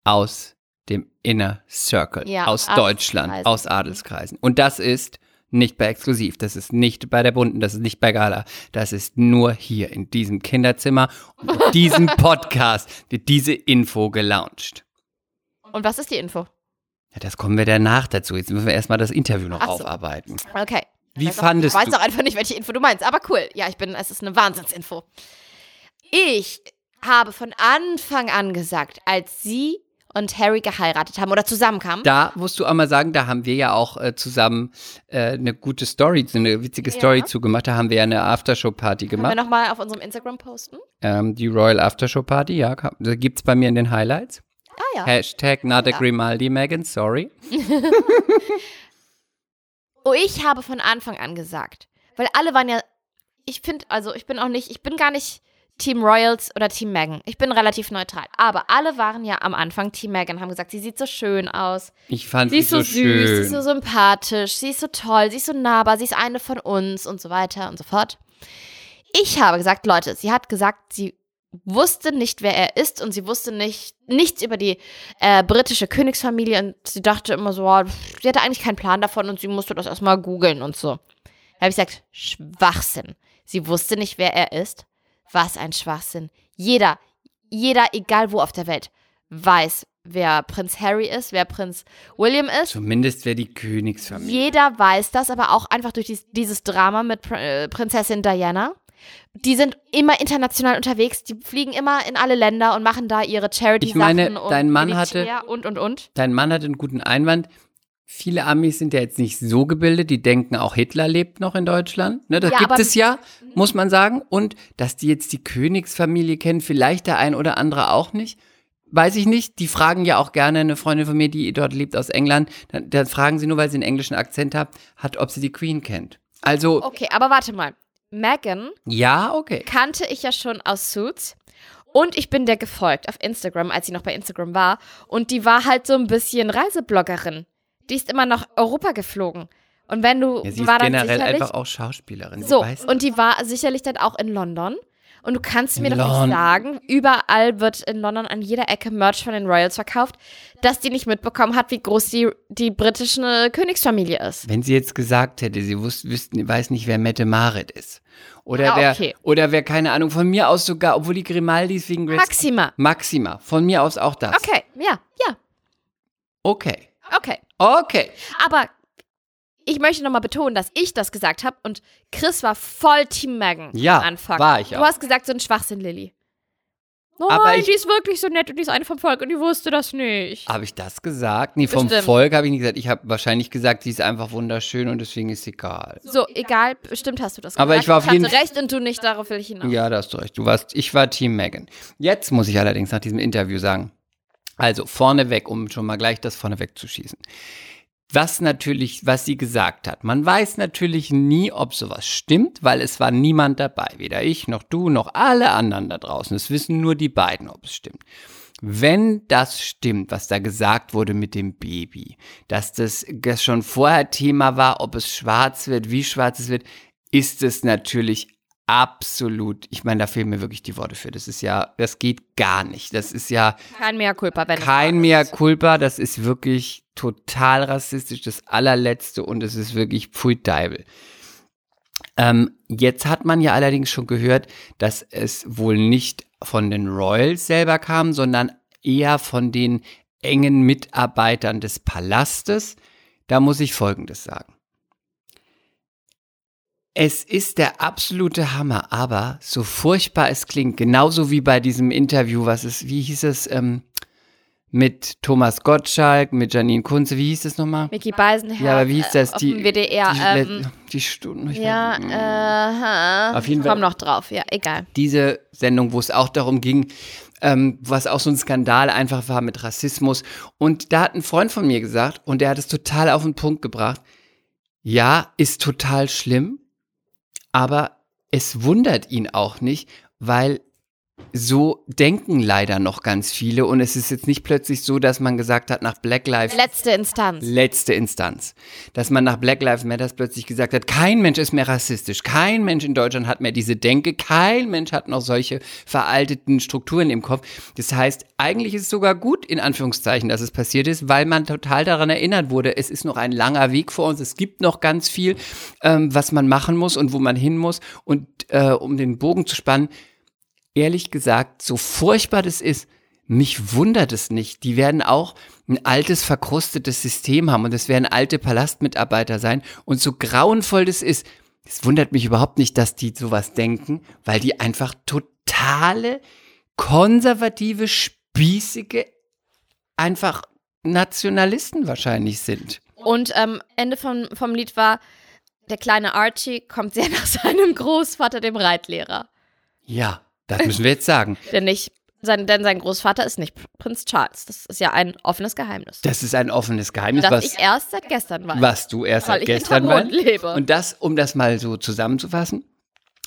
aus dem Inner Circle, Ja, aus aus Deutschland, Kreisen. aus Adelskreisen. Und das ist nicht bei Exklusiv, das ist nicht bei der Bunden, das ist nicht bei Gala, das ist nur hier in diesem Kinderzimmer und in diesem Podcast wird diese Info gelauncht. Und was ist die Info? Ja, das kommen wir danach dazu. Jetzt müssen wir erstmal das Interview noch Ach so. aufarbeiten. Okay. Wie Ich weiß auch- fandest Ich weiß du? auch einfach nicht, welche Info du meinst, aber cool. Ja, ich bin, es ist eine Wahnsinnsinfo. Ich habe von Anfang an gesagt, als sie und Harry geheiratet haben oder zusammenkamen, Da musst du einmal sagen, da haben wir ja auch äh, zusammen äh, eine gute Story, so eine witzige Ja. Story zugemacht. Da haben wir ja eine Aftershow-Party können wir gemacht. nochmal auf unserem Instagram posten. Ähm, die Royal Aftershow Party, ja, ka- da gibt's bei mir in den Highlights. Ah ja. Hashtag not a Ja. Grimaldi, Megan, sorry. Oh, ich habe von Anfang an gesagt, weil alle waren ja, ich finde, also ich bin auch nicht, ich bin gar nicht Team Royals oder Team Megan. Ich bin relativ neutral. Aber alle waren ja am Anfang Team Megan, haben gesagt, sie sieht so schön aus. Ich fand Sie sie, ist so, schön. süß, sie ist so sympathisch, sie ist so toll, sie ist so nahbar, sie ist eine von uns und so weiter und so fort. Ich habe gesagt, Leute, sie hat gesagt, sie wusste nicht, wer er ist und sie wusste nicht nichts über die äh, britische Königsfamilie und sie dachte immer so, ah, pff, sie hatte eigentlich keinen Plan davon und sie musste das erstmal googeln und so. Da habe ich gesagt, Schwachsinn. Sie wusste nicht, wer er ist. Was ein Schwachsinn. Jeder, jeder, egal wo auf der Welt, weiß, wer Prinz Harry ist, wer Prinz William ist. Zumindest wäre die Königsfamilie. Jeder weiß das, aber auch einfach durch dies, dieses Drama mit Pr äh, Prinzessin Diana. Die sind immer international unterwegs, die fliegen immer in alle Länder und machen da ihre Charity-Sachen. Ich meine, und dein Mann Militär Und, und, und. Dein Mann hat einen guten Einwand. Viele Amis sind ja jetzt nicht so gebildet, die denken, auch Hitler lebt noch in Deutschland. Ne, das Ja, gibt aber- mhm. es ja, muss man sagen. Und dass die jetzt die Königsfamilie kennen, vielleicht der ein oder andere auch nicht. Weiß ich nicht. Die fragen ja auch gerne eine Freundin von mir, die dort lebt aus England. Dann, dann fragen sie nur, weil sie einen englischen Akzent hat, hat, ob sie die Queen kennt. Also, Okay, aber warte mal. Megan ja, okay. kannte ich ja schon aus Suits. Und ich bin der gefolgt auf Instagram, als sie noch bei Instagram war. Und die war halt so ein bisschen Reisebloggerin. Die ist immer nach Europa geflogen. Und wenn du, Ja, sie die ist war dann generell sicherlich, einfach auch Schauspielerin. So, weißt du? und die war sicherlich dann auch in London. Und du kannst mir In doch London. nicht sagen, überall wird in London an jeder Ecke Merch von den Royals verkauft, dass die nicht mitbekommen hat, wie groß die, die britische Königsfamilie ist. Wenn sie jetzt gesagt hätte, sie wüs wüssten, weiß nicht, wer Mette Marit ist. Oder, Ah, wer, okay. oder wer, keine Ahnung, von mir aus sogar, obwohl die Grimaldis wegen Grace- Maxima. Maxima, von mir aus auch das. Okay, ja, ja, Okay. okay. Okay. Aber ich möchte nochmal betonen, dass ich das gesagt habe und Chris war voll Team Megan Ja, am Anfang. war ich du auch. hast gesagt, so ein Schwachsinn, Lilly. Oh Nein, Aber ich- Ah. die ist wirklich so nett und die ist eine vom Volk und die wusste das nicht. Habe ich das gesagt? Nee, vom Bestimmt. Volk habe ich nicht gesagt. Ich habe wahrscheinlich gesagt, sie ist einfach wunderschön und deswegen ist sie egal. So, egal, bestimmt hast du das Aber gesagt. ich war auf jeden- hatte recht und du nicht, darauf will ich hinaus. Ja, da hast du recht. Du warst, ich war Team Megan. Jetzt muss ich allerdings nach diesem Interview sagen. Also vorneweg, um schon mal gleich das vorneweg zu schießen. Was natürlich, was sie gesagt hat. Man weiß natürlich nie, ob sowas stimmt, weil es war niemand dabei. Weder ich, noch du, noch alle anderen da draußen. Es wissen nur die beiden, ob es stimmt. Wenn das stimmt, was da gesagt wurde mit dem Baby, dass das das schon vorher Thema war, ob es schwarz wird, wie schwarz es wird, ist es natürlich absolut, ich meine, da fehlen mir wirklich die Worte für. Das ist ja, das geht gar nicht. Das ist ja Kein Mea Culpa, wenn es kein wahr Mea ist. Culpa, das ist wirklich total rassistisch, das allerletzte und es ist wirklich pfui Deibel. Ähm, jetzt hat man ja allerdings schon gehört, dass es wohl nicht von den Royals selber kam, sondern eher von den engen Mitarbeitern des Palastes. Da muss ich Folgendes sagen. Es ist der absolute Hammer, aber so furchtbar es klingt, genauso wie bei diesem Interview, was es, wie hieß es, ähm, mit Thomas Gottschalk, mit Janine Kunze, wie hieß es nochmal? Mickey Beisenherz. Ja, aber wie hieß das? Äh, auf Die- dem WDR. die, ähm, die Stunden. ich weiß nicht. ja, äh, Auf jeden komm Fall- noch drauf, ja, egal. diese Sendung, wo es auch darum ging, ähm, was auch so ein Skandal einfach war mit Rassismus. Und da hat ein Freund von mir gesagt, und der hat es total auf den Punkt gebracht, ja, ist total schlimm, aber es wundert ihn auch nicht, weil so denken leider noch ganz viele. Und es ist jetzt nicht plötzlich so, dass man gesagt hat, nach Black Lives Letzte Instanz. letzte Instanz. Dass man nach Black Lives Matters plötzlich gesagt hat, kein Mensch ist mehr rassistisch, kein Mensch in Deutschland hat mehr diese Denke, kein Mensch hat noch solche veralteten Strukturen im Kopf. Das heißt, eigentlich ist es sogar gut, in Anführungszeichen, dass es passiert ist, weil man total daran erinnert wurde, es ist noch ein langer Weg vor uns, es gibt noch ganz viel, ähm, was man machen muss und wo man hin muss. Und äh, um den Bogen zu spannen, ehrlich gesagt, so furchtbar das ist, mich wundert es nicht. Die werden auch ein altes, verkrustetes System haben und es werden alte Palastmitarbeiter sein. Und so grauenvoll das ist, es wundert mich überhaupt nicht, dass die sowas denken, weil die einfach totale, konservative, spießige, einfach Nationalisten wahrscheinlich sind. Und ähm, Ende vom, vom Lied war, der kleine Archie kommt sehr nach seinem Großvater, dem Reitlehrer. Ja, das müssen wir jetzt sagen. Denn, ich, sein, denn sein Großvater ist nicht Prinz Charles. Das ist ja ein offenes Geheimnis. Das ist ein offenes Geheimnis, das was, ich erst seit gestern weiß. was du erst weil seit ich gestern in Dortmund weißt. lebe. Und das, um das mal so zusammenzufassen,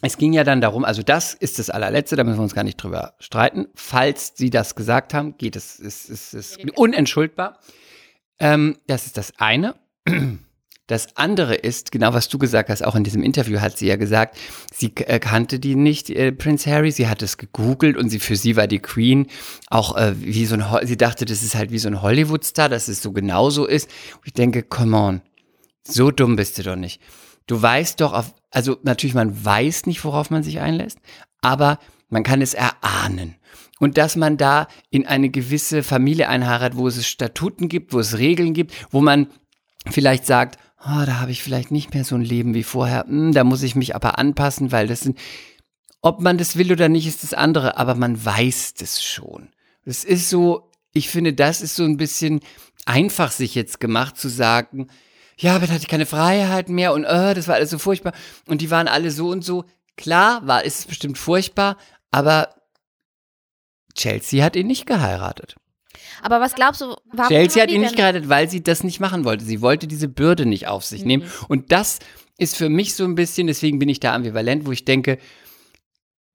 es ging ja dann darum, also das ist das allerletzte, da müssen wir uns gar nicht drüber streiten. Falls Sie das gesagt haben, geht es, ist, ist, ist unentschuldbar. Ähm, das ist das eine. Das andere ist, genau was du gesagt hast, auch in diesem Interview hat sie ja gesagt, sie äh, kannte die nicht, äh, Prince Harry, sie hat es gegoogelt und sie, für sie war die Queen auch äh, wie so ein, Ho- sie dachte, das ist halt wie so ein Hollywood-Star, dass es so genauso ist. Und ich denke, come on, so dumm bist du doch nicht. Du weißt doch auf, also natürlich, man weiß nicht, worauf man sich einlässt, aber man kann es erahnen. Und dass man da in eine gewisse Familie einheiratet, wo es Statuten gibt, wo es Regeln gibt, wo man vielleicht sagt, ah, da habe ich vielleicht nicht mehr so ein Leben wie vorher, Hm, da muss ich mich aber anpassen, weil das sind, ob man das will oder nicht, ist das andere, aber man weiß das schon. Es ist so, ich finde, das ist so ein bisschen einfach sich jetzt gemacht zu sagen, ja, aber da hatte ich keine Freiheit mehr und äh, das war alles so furchtbar und die waren alle so und so. Klar, war ist es bestimmt furchtbar, aber Chelsea hat ihn nicht geheiratet. Aber was glaubst du, warum Chelsea haben hat die ihn nicht denn- gerettet, weil sie das nicht machen wollte. Sie wollte diese Bürde nicht auf sich nehmen. Mhm. Und das ist für mich so ein bisschen, deswegen bin ich da ambivalent, wo ich denke,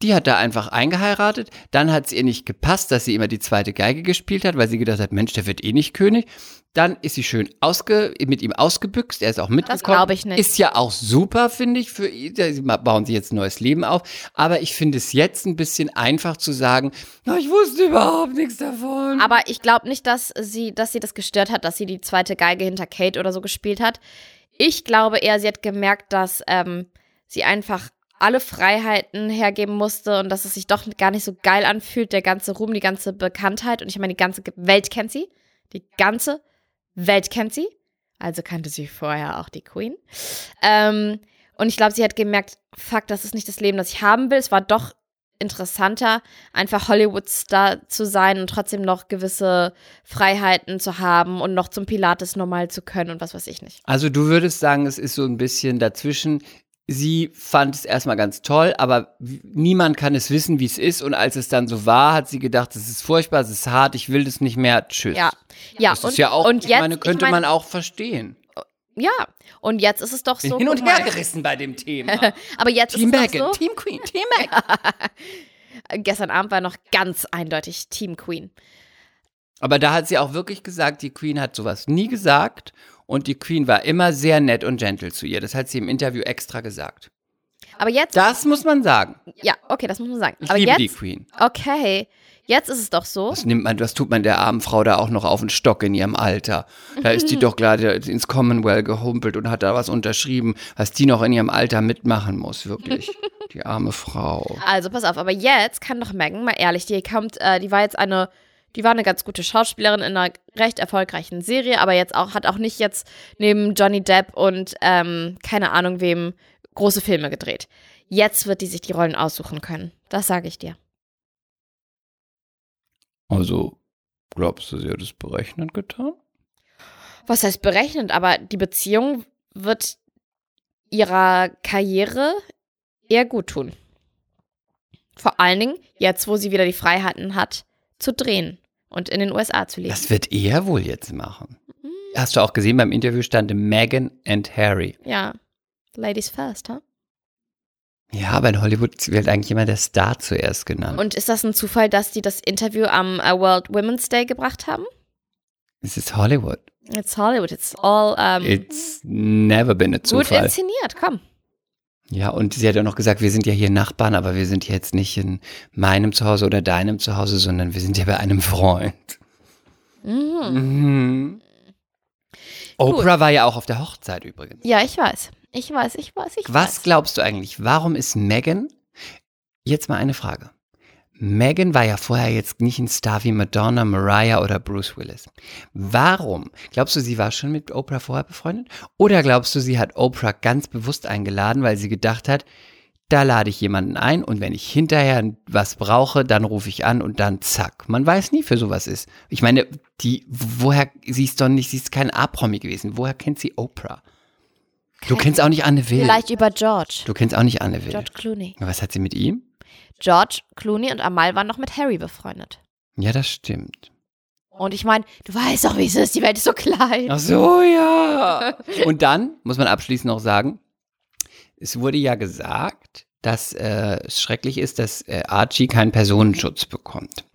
die hat da einfach eingeheiratet. Dann hat es ihr nicht gepasst, dass sie immer die zweite Geige gespielt hat, weil sie gedacht hat, Mensch, der wird eh nicht König. Dann ist sie schön ausge mit ihm ausgebüxt. Er ist auch mitgekommen. glaub ich nicht. Ist ja auch super, finde ich. Für ihn. Sie bauen sie jetzt ein neues Leben auf. Aber ich finde es jetzt ein bisschen einfach zu sagen, na, ich wusste überhaupt nichts davon. Aber ich glaube nicht, dass sie, dass sie das gestört hat, dass sie die zweite Geige hinter Kate oder so gespielt hat. Ich glaube eher, sie hat gemerkt, dass ähm, sie einfach alle Freiheiten hergeben musste und dass es sich doch gar nicht so geil anfühlt, der ganze Ruhm, die ganze Bekanntheit. Und ich meine, die ganze Ge- Welt kennt sie. Die ganze Welt kennt sie. Also kannte sie vorher auch die Queen. Ähm, und ich glaube, sie hat gemerkt, fuck, das ist nicht das Leben, das ich haben will. Es war doch interessanter, einfach Hollywood-Star zu sein und trotzdem noch gewisse Freiheiten zu haben und noch zum Pilates normal zu können und was weiß ich nicht. Also du würdest sagen, es ist so ein bisschen dazwischen. Sie fand es erstmal ganz toll, aber w- niemand kann es wissen, wie es ist. Und als es dann so war, hat sie gedacht, es ist furchtbar, es ist hart, ich will das nicht mehr. Tschüss. Ja, ja. Das und, ist ja auch, und ich jetzt, meine, könnte ich mein, man auch verstehen. Ja, und jetzt ist es doch Bin so. hin und guck mal, her gerissen bei dem Thema. Aber jetzt Team ist es Megan, doch so. Team Queen, Team Megan. Äh, Gestern Abend war noch ganz eindeutig Team Queen. Aber da hat sie auch wirklich gesagt, die Queen hat sowas nie gesagt. Und die Queen war immer sehr nett und gentle zu ihr. Das hat sie im Interview extra gesagt. Aber jetzt, Das muss man sagen. ja, okay, das muss man sagen. Ich Aber liebe jetzt, Oh. die Queen. okay, jetzt ist es doch so. Was nimmt man, was tut man der armen Frau da auch noch auf den Stock in ihrem Alter? Da ist die doch gerade ins Commonwealth gehumpelt und hat da was unterschrieben, was die noch in ihrem Alter mitmachen muss, wirklich. Die arme Frau. Also pass auf, aber jetzt kann doch Megan mal ehrlich, die kommt, äh, die war jetzt eine, die war eine ganz gute Schauspielerin in einer recht erfolgreichen Serie, aber jetzt auch hat auch nicht jetzt neben Johnny Depp und ähm, keine Ahnung wem große Filme gedreht. Jetzt wird die sich die Rollen aussuchen können. Das sage ich dir. Also, glaubst du, sie hat es berechnend getan? Was heißt berechnend? Aber die Beziehung wird ihrer Karriere eher gut tun. Vor allen Dingen jetzt, wo sie wieder die Freiheiten hat, zu drehen und in den USA zu leben. Das wird er wohl jetzt machen. Mhm. Hast du auch gesehen, beim Interview stand Meghan and Harry. Ja. Ladies first, ha? Ja, aber in Hollywood wird eigentlich immer der Star zuerst genannt. Und ist das ein Zufall, dass die das Interview am äh, World Women's Day gebracht haben? es ist Hollywood. It's Hollywood, it's all ähm, It's never been a gut Äh, Zufall. inszeniert, komm. Ja, und sie hat auch noch gesagt, wir sind ja hier Nachbarn, aber wir sind jetzt nicht in meinem Zuhause oder deinem Zuhause, sondern wir sind ja bei einem Freund. Mhm. Mhm. Oprah war ja auch auf der Hochzeit übrigens. Ja, ich weiß. Ich weiß, ich weiß, ich Was weiß. glaubst du eigentlich, warum ist Megan, jetzt mal eine Frage. Megan war ja vorher jetzt nicht ein Star wie Madonna, Mariah oder Bruce Willis. Warum? Glaubst du, sie war schon mit Oprah vorher befreundet? Oder glaubst du, sie hat Oprah ganz bewusst eingeladen, weil sie gedacht hat, da lade ich jemanden ein und wenn ich hinterher was brauche, dann rufe ich an und dann zack. Man weiß nie, für sowas ist. Ich meine, die, woher, sie ist doch nicht, sie ist kein A-Promi gewesen. Woher kennt sie Oprah? Du kennst auch nicht Anne Will. Vielleicht über George. Du kennst auch nicht Anne Will. George Clooney. Was hat sie mit ihm? George Clooney und Amal waren noch mit Harry befreundet. Ja, das stimmt. Und ich meine, du weißt doch, wie es ist, die Welt ist so klein. Ach so, ja. Und dann muss man abschließend noch sagen, es wurde ja gesagt, dass äh, es schrecklich ist, dass äh, Archie keinen Personenschutz bekommt.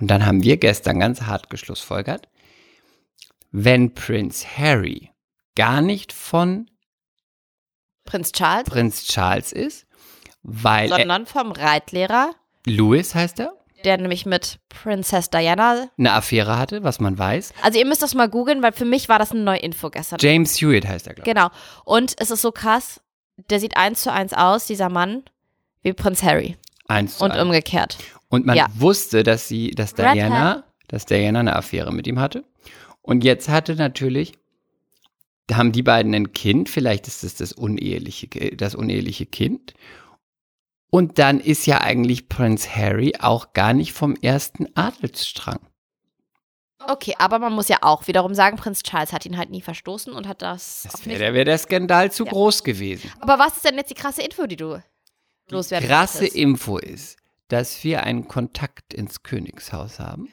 Und dann haben wir gestern ganz hart geschlussfolgert, wenn Prinz Harry gar nicht von Prinz Charles, Prinz Charles ist, weil er, sondern vom Reitlehrer, Louis heißt er, der nämlich mit Princess Diana. eine Affäre hatte, was man weiß. Also ihr müsst das mal googeln, weil für mich war das eine neue Info gestern. James Hewitt heißt er, glaube ich. Genau. Und es ist so krass, der sieht eins zu eins aus, dieser Mann, wie Prinz Harry. Eins zu Und um eins. umgekehrt. Und man Ja. wusste, dass sie, dass Red Diana, dass Diana eine Affäre mit ihm hatte. Und jetzt hatte natürlich, haben die beiden ein Kind, vielleicht ist es das uneheliche, das uneheliche Kind. Und dann ist ja eigentlich Prinz Harry auch gar nicht vom ersten Adelsstrang. Okay, aber man muss ja auch wiederum sagen, Prinz Charles hat ihn halt nie verstoßen und hat das, auch Das nicht. wäre wär der Skandal zu Ja. groß gewesen. Aber was ist denn jetzt die krasse Info, die du Die loswerden krasse wolltest? Info ist, dass wir einen Kontakt ins Königshaus haben.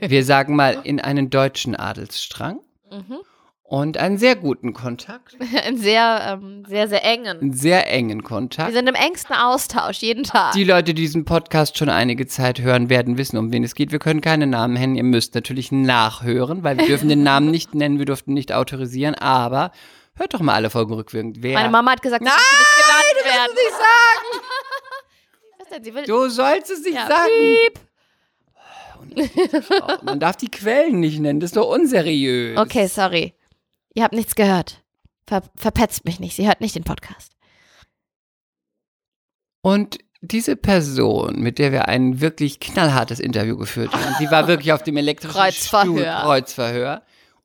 Wir sagen mal in einen deutschen Adelsstrang Mhm. und einen sehr guten Kontakt. Einen sehr, ähm, sehr, sehr engen. einen sehr engen Wir Kontakt. sind im engsten Austausch jeden Tag. Die Leute, die diesen Podcast schon einige Zeit hören, werden wissen, um wen es geht. Wir können keine Namen nennen. Ihr müsst natürlich nachhören, weil wir dürfen den Namen nicht nennen, wir durften nicht autorisieren. Aber hört doch mal alle Folgen rückwirkend. Wer? Meine Mama hat gesagt, Nein, sie will nicht du genannt werden. sollst es nicht sagen. Was denn? Sie will, Du sollst es nicht Ja, sagen. Oh, Man darf die Quellen nicht nennen. Das ist doch unseriös. Okay, sorry. Ihr habt nichts gehört. Ver verpetzt mich nicht. Sie hört nicht den Podcast. Und diese Person, mit der wir ein wirklich knallhartes Interview geführt haben, die war wirklich auf dem elektrischen Stuhl, Kreuzverhör. Kreuzverhör.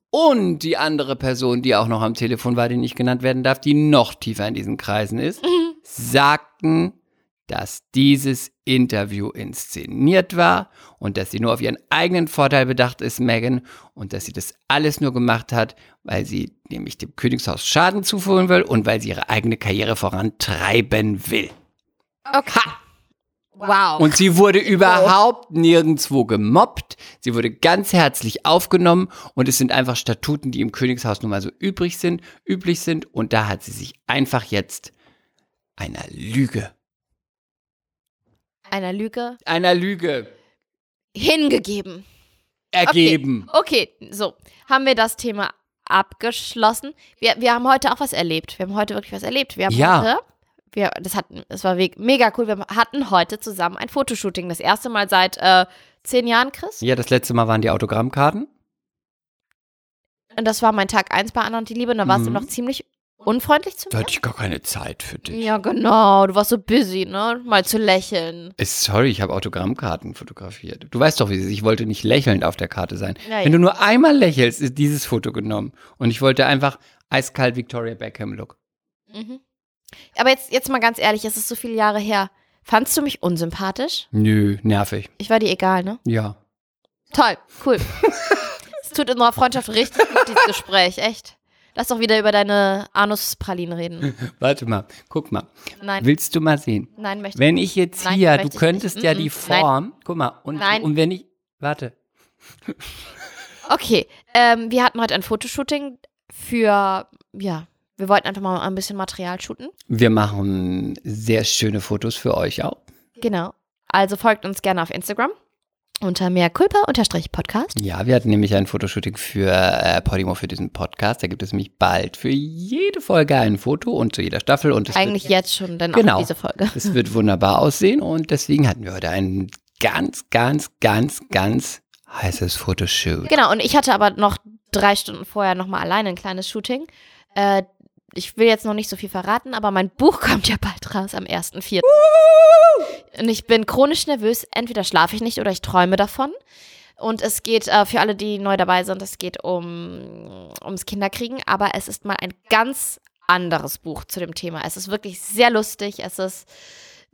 Und die andere Person, die auch noch am Telefon war, die nicht genannt werden darf, die noch tiefer in diesen Kreisen ist, sagten, dass dieses Interview inszeniert war und dass sie nur auf ihren eigenen Vorteil bedacht ist, Megan, und dass sie das alles nur gemacht hat, weil sie nämlich dem Königshaus Schaden zuführen will und weil sie ihre eigene Karriere vorantreiben will. Okay. Wow. Und sie wurde überhaupt nirgendwo gemobbt. Sie wurde ganz herzlich aufgenommen und es sind einfach Statuten, die im Königshaus nun mal so übrig sind, üblich sind. Und da hat sie sich einfach jetzt einer Lüge, Einer Lüge einer Lüge hingegeben. ergeben. Okay, so. Haben wir das Thema abgeschlossen? Wir, wir haben heute auch was erlebt. Wir haben heute wirklich was erlebt. Wir haben Ja. heute. Wir, das hatten, es war we- mega cool. Wir hatten heute zusammen ein Fotoshooting. Das erste Mal seit äh, zehn Jahren, Chris. Ja, das letzte Mal waren die Autogrammkarten. Und das war mein Tag eins bei Anna und die Liebe. Und da warst du Mhm. noch ziemlich unfreundlich zu Da mir. hatte ich gar keine Zeit für dich. Ja, genau. Du warst so busy, ne? Mal zu lächeln. Äh, Sorry, ich habe Autogrammkarten fotografiert. Du weißt doch, wie es ist. Ich wollte nicht lächelnd auf der Karte sein. Ja, ja. Wenn du nur einmal lächelst, ist dieses Foto genommen. Und ich wollte einfach eiskalt Victoria Beckham-Look. Mhm. Aber jetzt, jetzt mal ganz ehrlich, es ist so viele Jahre her. Fandst du mich unsympathisch? Nö, nervig. Ich war dir egal, ne? Ja. Toll, cool. es tut unserer Freundschaft richtig gut, dieses Gespräch, echt. Lass doch wieder über deine Anuspralinen reden. Warte mal, guck mal. Nein, Willst du mal sehen? nein, möchte Wenn ich jetzt Nein, hier, möchte du ich könntest nicht. ja Mm, mm, die Form, guck mal, und, Nein. und wenn ich, warte, Okay, ähm, wir hatten heute ein Fotoshooting für, ja, wir wollten einfach mal ein bisschen Material shooten. wir machen sehr schöne Fotos für euch auch. Genau. Also folgt uns gerne auf Instagram unter mehrkulpa-podcast. Ja, wir hatten nämlich ein Fotoshooting für äh, Podimo für diesen Podcast. Da gibt es nämlich bald für jede Folge ein Foto und zu jeder Staffel. Und es Eigentlich wird, jetzt schon, denn Genau. auch diese Folge. Es wird wunderbar aussehen und deswegen hatten wir heute ein ganz, ganz, ganz, ganz heißes Fotoshoot. Genau, und ich hatte aber noch drei Stunden vorher nochmal alleine ein kleines Shooting. Äh, ich will jetzt noch nicht so viel verraten, aber mein Buch kommt ja bald raus am 1.4. Und ich bin chronisch nervös. Entweder schlafe ich nicht oder ich träume davon. Und es geht, äh, für alle, die neu dabei sind, es geht um, ums Kinderkriegen, aber es ist mal ein ganz anderes Buch zu dem Thema. Es ist wirklich sehr lustig, es ist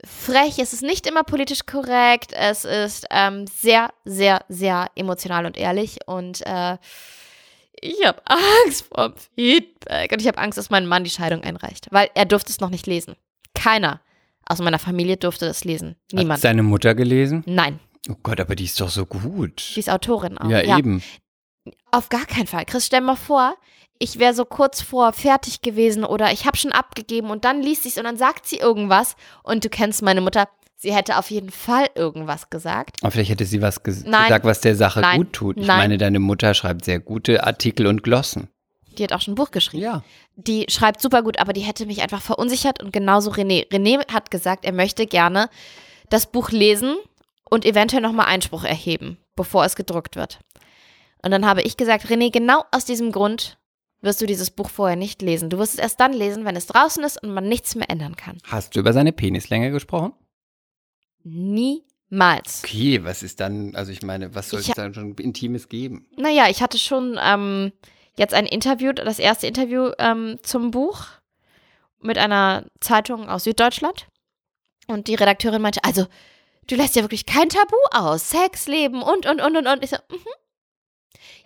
frech, es ist nicht immer politisch korrekt, es ist ähm, sehr, sehr, sehr emotional und ehrlich und äh, ich habe Angst vor Feedback und ich habe Angst, dass mein Mann die Scheidung einreicht, weil er durfte es noch nicht lesen. Keiner aus meiner Familie durfte es lesen. Hat Niemand. seine Mutter gelesen? Nein, Oh Gott, aber die ist doch so gut. die ist Autorin auch. ja, eben. Auf gar keinen Fall. Chris, stell mal vor, ich wäre so kurz vor fertig gewesen oder ich habe schon abgegeben und dann liest sich's und dann sagt sie irgendwas und du kennst meine Mutter, sie hätte auf jeden Fall irgendwas gesagt. Aber vielleicht hätte sie was ges Nein. gesagt, was der Sache Nein. gut tut. Ich Nein. meine, deine Mutter schreibt sehr gute Artikel und Glossen. Die hat auch schon ein Buch geschrieben. Ja. Die schreibt super gut, aber die hätte mich einfach verunsichert und genauso René. René hat gesagt, er möchte gerne das Buch lesen und eventuell nochmal Einspruch erheben, bevor es gedruckt wird. Und dann habe ich gesagt, René, genau aus diesem Grund wirst du dieses Buch vorher nicht lesen. Du wirst es erst dann lesen, wenn es draußen ist und man nichts mehr ändern kann. Hast du über seine Penislänge gesprochen? Niemals. Okay, was ist dann, also ich meine, was soll Ich es ha- dann schon Intimes geben? Naja, ich hatte schon ähm, jetzt ein Interview, das erste Interview ähm, zum Buch mit einer Zeitung aus Süddeutschland. Und die Redakteurin meinte, also, du lässt ja wirklich kein Tabu aus. Sex, Leben und, und, und, und, und. Ich so, mhm.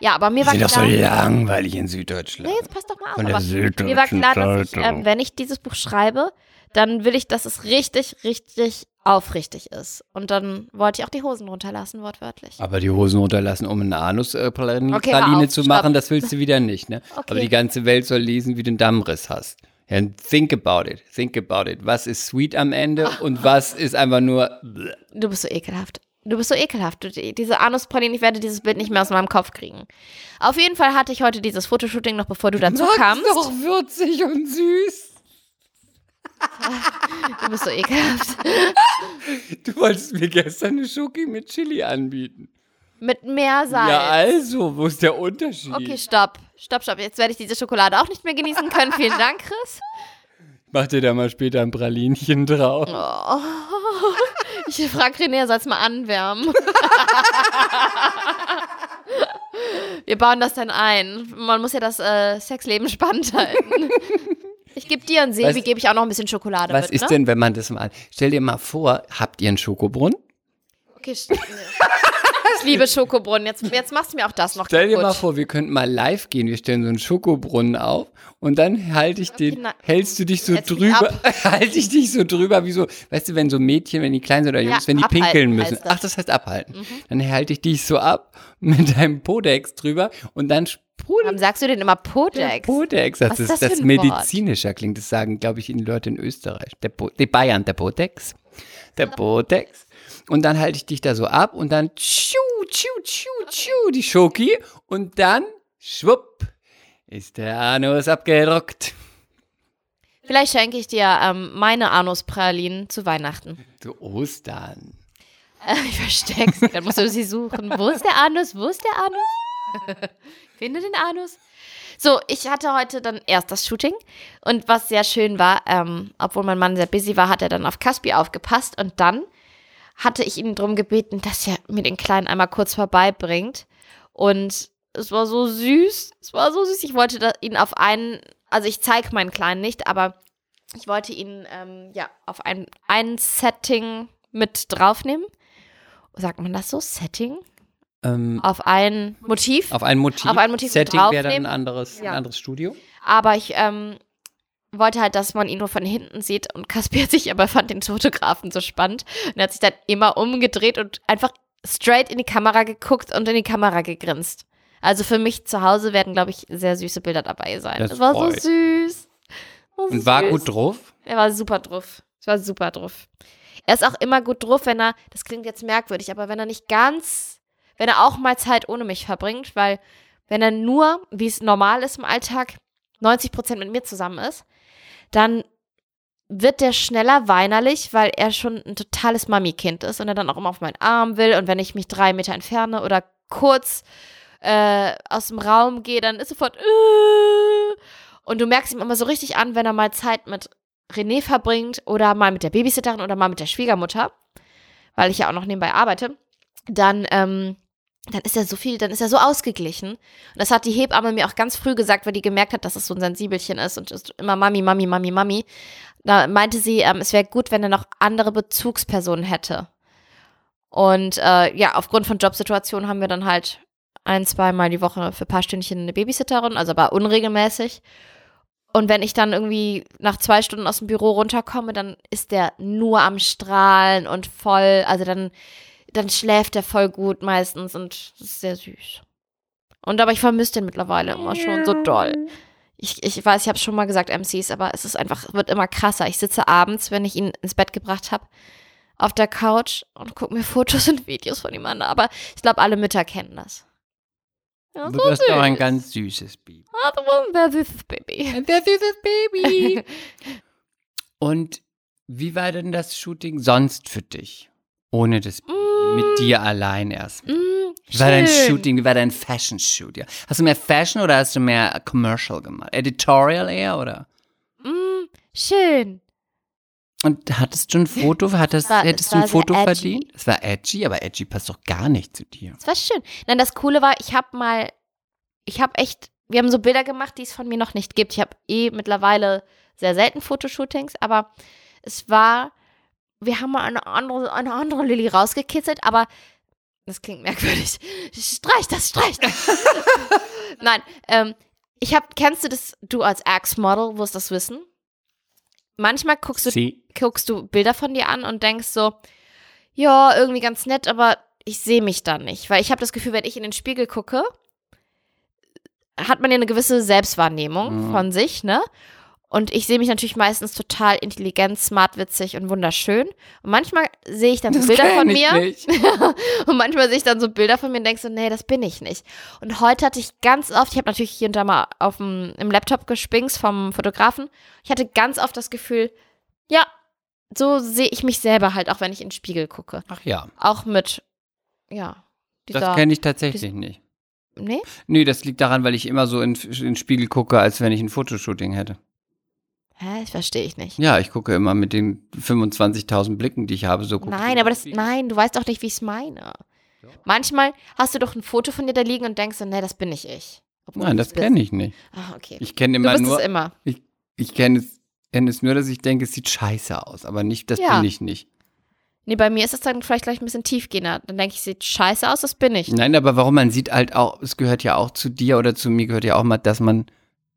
Ja, aber mir Die war sind doch so klar, langweilig in nee, Süddeutschland. jetzt pass doch mal auf. Von der Aber mir war süddeutschen klar, dass ich, Zeitung. ähm, wenn ich dieses Buch schreibe, dann will ich, dass es richtig, richtig aufrichtig ist. Und dann wollte ich auch die Hosen runterlassen, wortwörtlich. Aber die Hosen runterlassen, um eine Anuspraline Okay, okay, hör auf, zu stopp. machen, das willst du wieder nicht, ne? Okay. Aber die ganze Welt soll lesen, wie du einen Dammriss hast. Ja, think about it, think about it. Was ist sweet am Ende Ah. und was ist einfach nur. Du bist so ekelhaft. Du bist so ekelhaft. Du, die- diese Anuspraline, ich werde dieses Bild nicht mehr aus meinem Kopf kriegen. Auf jeden Fall hatte ich heute dieses Fotoshooting noch, bevor du dazu kamst. doch würzig und süß. Du bist so ekelhaft. Du wolltest mir gestern eine Schoki mit Chili anbieten. Mit mehr Ja, Salz. also, wo ist der Unterschied? okay, stopp. Stopp, stopp. Jetzt werde ich diese Schokolade auch nicht mehr genießen können. Vielen Dank, Chris. Mach dir da mal später ein Pralinchen drauf. Oh. Ich frage René, er soll es mal anwärmen. Wir bauen das dann ein. Man muss ja das äh, Sexleben spannend halten. Ich gebe dir einen Sebi, Was- gebe ich auch noch ein bisschen Schokolade Was mit, ist ne? denn, wenn man das mal. Stell dir mal vor, habt ihr einen Schokobrunnen? Okay, st- ich liebe Schokobrunnen. Jetzt, jetzt machst du mir auch das noch Stell dir mal kaputt. vor, wir könnten mal live gehen. Wir stellen so einen Schokobrunnen auf und dann halte ich Okay, den, na- hältst du dich so Jetzt geht drüber, halte ich dich so drüber, wie so, weißt du, wenn so Mädchen, wenn die klein sind oder Ja, Jungs, wenn die abhalten pinkeln müssen. heißt das. Mhm. Ach, das heißt abhalten. Dann halte ich dich so ab mit deinem Podex drüber und dann Warum sprudelt sagst du denn immer der Podex? Podex. Das Was ist das, für ein medizinischer klingt. Das sagen, glaube ich, die Leute in Österreich. Der po die Bayern, der Podex. Der Podex. Und dann halte ich dich da so ab und dann tschu, tschu, tschu, tschu, die Schoki. Und dann, schwupp, ist der Anus abgerockt. Vielleicht schenke ich dir ähm, meine Anuspralinen zu Weihnachten. Zu Ostern. Äh, ich versteck's. Dann musst du sie suchen. Wo ist der Anus? Wo ist der Anus? Finde den Anus. So, ich hatte heute dann erst das Shooting und was sehr schön war, ähm, obwohl mein Mann sehr busy war, hat er dann auf Caspi aufgepasst und dann hatte ich ihn darum gebeten, dass er mir den Kleinen einmal kurz vorbeibringt. Und es war so süß. Es war so süß. Ich wollte da, ihn auf einen, also ich zeige meinen Kleinen nicht, aber ich wollte ihn ähm, ja auf ein, ein Setting mit draufnehmen. Sagt man das so? Setting? Ähm, Auf ein Motiv. auf ein Motiv. Auf ein Motiv Setting wäre dann ein draufnehmen. anderes, Ja. ein anderes Studio. Aber ich ähm, wollte halt, dass man ihn nur von hinten sieht. Und Kasper hat sich aber fand den Fotografen so spannend. Und er hat sich dann immer umgedreht und einfach straight in die Kamera geguckt und in die Kamera gegrinst. Also für mich zu Hause werden, glaube ich, sehr süße Bilder dabei sein. Das Das, war so freut. süß. so Und war süß. gut drauf. Er war super drauf. Es war super drauf. Er ist auch immer gut drauf, wenn er, das klingt jetzt merkwürdig, aber wenn er nicht ganz, wenn er auch mal Zeit ohne mich verbringt, weil wenn er nur, wie es normal ist im Alltag, 90 Prozent mit mir zusammen ist, dann wird der schneller weinerlich, weil er schon ein totales Mami-Kind ist und er dann auch immer auf meinen Arm will und wenn ich mich drei Meter entferne oder kurz äh, aus dem Raum gehe, dann ist sofort äh, und du merkst ihm immer so richtig an, wenn er mal Zeit mit René verbringt oder mal mit der Babysitterin oder mal mit der Schwiegermutter, weil ich ja auch noch nebenbei arbeite, dann, ähm, dann ist er so viel, dann ist er so ausgeglichen. Und das hat die Hebamme mir auch ganz früh gesagt, weil die gemerkt hat, dass es so ein Sensibelchen ist und ist immer Mami, Mami, Mami, Mami. Da meinte sie, ähm, es wäre gut, wenn er noch andere Bezugspersonen hätte. Und äh, ja, aufgrund von Jobsituationen haben wir dann halt ein, zweimal die Woche für ein paar Stündchen eine Babysitterin, also aber unregelmäßig. Und wenn ich dann irgendwie nach zwei Stunden aus dem Büro runterkomme, dann ist der nur am Strahlen und voll, also dann, dann schläft er voll gut meistens und das ist sehr süß. Und aber ich vermisse den mittlerweile immer schon so doll. Ich, ich weiß, ich habe schon mal gesagt MCs, aber es ist einfach, wird immer krasser. Ich sitze abends, wenn ich ihn ins Bett gebracht habe, auf der Couch und gucke mir Fotos und Videos von ihm an. Aber ich glaube, alle Mütter kennen das. Ja, Du bist doch ein ganz süßes Baby. Ah, the one that is baby. Ein sehr süßes Baby. Und wie war denn das Shooting sonst für dich? Ohne das Baby, mit dir allein erst. Mm, Wie war dein schön. Shooting, wie war dein Fashion-Shoot? Ja. Hast du mehr Fashion oder hast du mehr Commercial gemacht? Editorial eher oder? Mm, schön. Und hattest du ein Foto, hattest, Es war- hättest es du ein war sehr Foto edgy. verdient? Es war edgy, aber edgy passt doch gar nicht zu dir. Es war schön. Nein, das Coole war, ich habe mal, ich habe echt, wir haben so Bilder gemacht, die es von mir noch nicht gibt. Ich habe eh mittlerweile sehr selten Fotoshootings, aber es war, wir haben mal eine andere, eine andere Lilly rausgekitzelt, aber das klingt merkwürdig. Streich das, streich das. Nein, ähm, ich habe, kennst du das, du als Ex-Model wirst das wissen? Manchmal guckst du Sie, guckst du Bilder von dir an und denkst so, ja, irgendwie ganz nett, aber ich sehe mich da nicht. Weil ich habe das Gefühl, wenn ich in den Spiegel gucke, hat man ja eine gewisse Selbstwahrnehmung Mhm. von sich, ne? Und ich sehe mich natürlich meistens total intelligent, smart, witzig und wunderschön. Und manchmal sehe ich dann so das Bilder kenn von ich mir. Nicht. und manchmal sehe ich dann so Bilder von mir und denke so, nee, das bin ich nicht. Und heute hatte ich ganz oft, ich habe natürlich hier und da mal auf dem, im Laptop gespings vom Fotografen, ich hatte ganz oft das Gefühl, ja, so sehe ich mich selber halt, auch wenn ich in den Spiegel gucke. Ach ja, Auch mit, ja, das dieser, kenne ich tatsächlich nicht. nee, Nee, das liegt daran, weil ich immer so in, in den Spiegel gucke, als wenn ich ein Fotoshooting hätte. hä, das verstehe ich nicht. Ja, ich gucke immer mit den 25.000 Blicken, die ich habe, so gucke ich in Nein, den aber das, Spiegel. nein, du weißt doch nicht, wie ich es meine. Doch. Manchmal hast du doch ein Foto von dir da liegen und denkst so, nee, das bin nicht ich. Nein, das kenne ich nicht. Ah, okay. Ich kenne Du immer bist nur, es immer. ich kenne es, kenn es nur, dass ich denke, es sieht scheiße aus, aber nicht, das Ja. bin ich nicht. Nee, bei mir ist es dann vielleicht gleich ein bisschen tiefgehender. Dann denke ich, sieht scheiße aus, das bin ich. Nein, aber warum man sieht halt auch, es gehört ja auch zu dir oder zu mir gehört ja auch mal, dass man,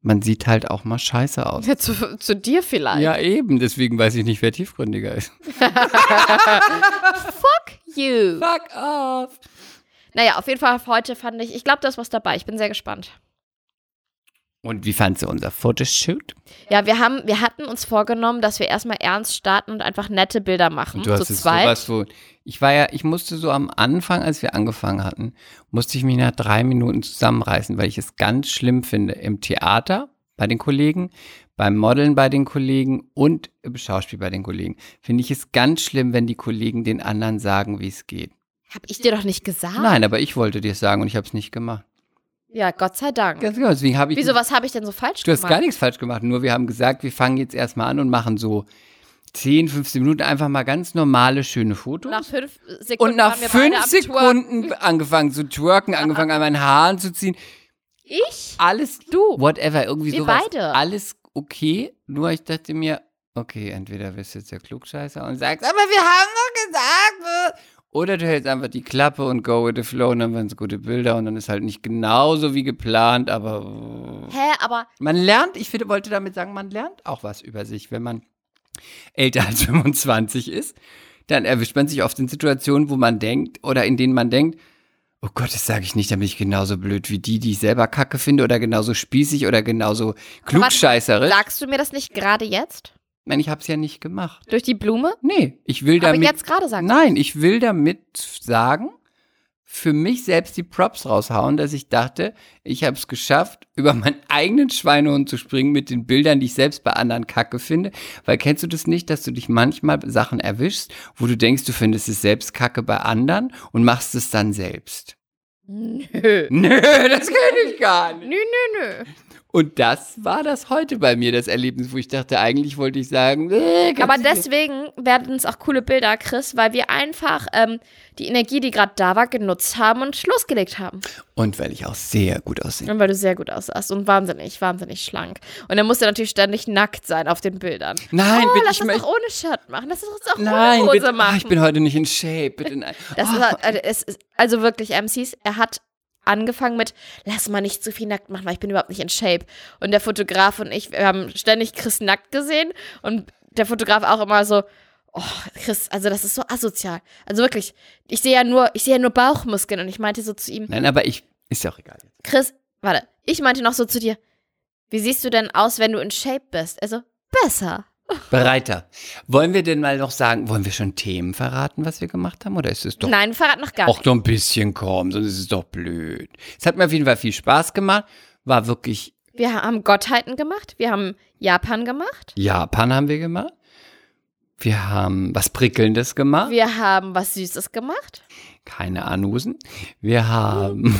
man sieht halt auch mal scheiße aus. Ja, zu, zu dir vielleicht. Ja, eben, deswegen weiß ich nicht, wer tiefgründiger ist. Fuck you. Fuck off! Naja, auf jeden Fall für heute fand ich, ich glaube, da ist was dabei. Ich bin sehr gespannt. Und wie fandst du unser Fotoshoot? Ja, wir haben, wir hatten uns vorgenommen, dass wir erstmal ernst starten und einfach nette Bilder machen. Und du hast Hm, zu jetzt zweit. sowas, wo ich war ja, ich musste so am Anfang, als wir angefangen hatten, musste ich mich nach drei Minuten zusammenreißen, weil ich es ganz schlimm finde im Theater bei den Kollegen, beim Modeln bei den Kollegen und im Schauspiel bei den Kollegen. Finde ich es ganz schlimm, wenn die Kollegen den anderen sagen, wie es geht. Hab ich dir doch nicht gesagt. Nein, aber ich wollte dir es sagen und ich habe es nicht gemacht. Ja, Gott sei Dank. Ganz genau, deswegen habe ich Wieso, was habe ich denn so falsch Du hast gemacht? gar nichts falsch gemacht, nur wir haben gesagt, wir fangen jetzt erstmal an und machen so 10, 15 Minuten einfach mal ganz normale, schöne Fotos. Nach fünf Sekunden. und nach waren wir fünf beide am Sekunden angefangen zu twerken, angefangen an meinen Haaren zu ziehen. Twerk. Ich? Alles, Du? whatever, irgendwie Wir sowas. beide. Alles okay, nur ich dachte mir, okay, entweder bist du jetzt der Klugscheißer und sagst, aber wir haben doch gesagt, äh. oder du hältst einfach die Klappe und go with the flow und dann werden es gute Bilder und dann ist halt nicht genauso wie geplant, aber... Hä, aber Man lernt, ich finde, wollte damit sagen, man lernt auch was über sich, wenn man älter als 25 ist. Dann erwischt man sich oft in Situationen, wo man denkt oder in denen man denkt, oh Gott, das sage ich nicht, dann bin ich genauso blöd wie die, die ich selber kacke finde oder genauso spießig oder genauso klugscheißerisch. sagst du mir das nicht gerade jetzt? Nein, ich habe es ja nicht gemacht. Durch die Blume? Nee, ich will Aber damit jetzt gerade sagst du Nein, ich will damit sagen, für mich selbst die Props raushauen, dass ich dachte, ich habe es geschafft, über meinen eigenen Schweinehund zu springen mit den Bildern, die ich selbst bei anderen Kacke finde. Weil kennst du das nicht, dass du dich manchmal bei Sachen erwischst, wo du denkst, du findest es selbst Kacke bei anderen und machst es dann selbst? Nö. Nö, das kenne ich gar nicht. Nö, nö, nö. Und das war das heute bei mir, das Erlebnis, wo ich dachte, eigentlich wollte ich sagen, äh, kannst Aber du dir- deswegen werden es auch coole Bilder, Chris, weil wir einfach ähm, die Energie, die gerade da war, genutzt haben und losgelegt haben. Und weil ich auch sehr gut aussehe. Und weil du sehr gut aussahst und wahnsinnig, wahnsinnig schlank. Und dann musst du natürlich ständig nackt sein auf den Bildern. Nein, oh, bitte, lass ich das möchte. doch ohne Shirt machen. Lass das doch Nein, ohne Hose bitte, Ah, machen. ich bin heute nicht in Shape. Bitte nein. das oh, ist, also, es ist, also wirklich, MCs, er hat angefangen mit, lass mal nicht zu viel nackt machen, weil ich bin überhaupt nicht in Shape. Und der Fotograf und ich, wir haben ständig Chris nackt gesehen und der Fotograf auch immer so, oh, Chris, also das ist so asozial. Also wirklich, ich sehe ja nur, ich sehe ja nur Bauchmuskeln und ich meinte so zu ihm, nein, aber ich Ist ja auch egal. jetzt. Chris, warte, ich meinte noch so zu dir, wie siehst du denn aus, wenn du in Shape bist? Also besser. Bereiter. Wollen wir denn mal noch sagen, wollen wir schon Themen verraten, was wir gemacht haben? Oder ist es doch Nein, verrat noch gar auch nicht. doch ein bisschen kommen, sonst ist es doch blöd. Es hat mir auf jeden Fall viel Spaß gemacht. War wirklich Wir haben Gottheiten gemacht, wir haben Japan gemacht, Japan haben wir gemacht. Wir haben was Prickelndes gemacht. wir haben was Süßes gemacht, Keine Anusen. Wir haben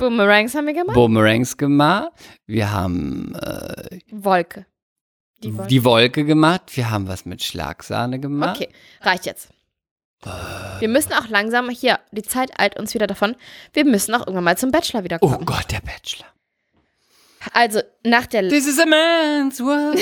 Boomerangs haben wir gemacht, Boomerangs gemacht. Wir haben äh, Wolke. die, Die Wolke. Wolke. gemacht. Wir haben was mit Schlagsahne gemacht. Okay, reicht jetzt. Äh. Wir müssen auch langsam hier, die Zeit eilt uns wieder davon. Wir müssen auch irgendwann mal zum Bachelor Oh wiederkommen. Gott, der Bachelor. also nach der, This is a man's world.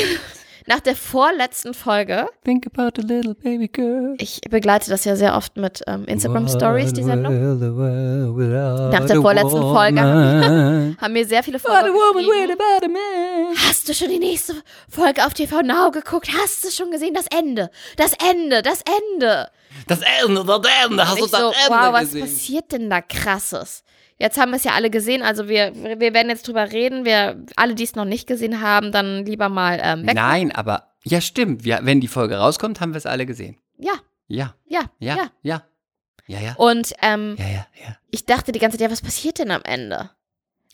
nach der vorletzten Folge, Think about a little baby girl. ich begleite das ja sehr oft mit ähm, Instagram Stories, die Sendung, Nach Nach der vorletzten Folge. Folge. haben mir sehr viele What a Folgen woman with geschrieben. about a man. Hast du schon die nächste Folge auf TV Now geguckt? Hast du schon gesehen? Das Ende, das Ende, das Ende. Das Ende, das Ende. Hast Und du ich so, das Ende wow, was gesehen? passiert denn da krasses? Jetzt haben wir es ja alle gesehen, also wir, wir werden jetzt drüber reden. Wir, alle, die es noch nicht gesehen haben, dann lieber mal ähm, weg. Nein, aber ja, stimmt. Wir, wenn die Folge rauskommt, haben wir es alle gesehen. Ja, Ja, ja, ja. ja, ja. Ja, ja. Und ähm, Ja, ja, ja. ich dachte die ganze Zeit, ja, was passiert denn am Ende?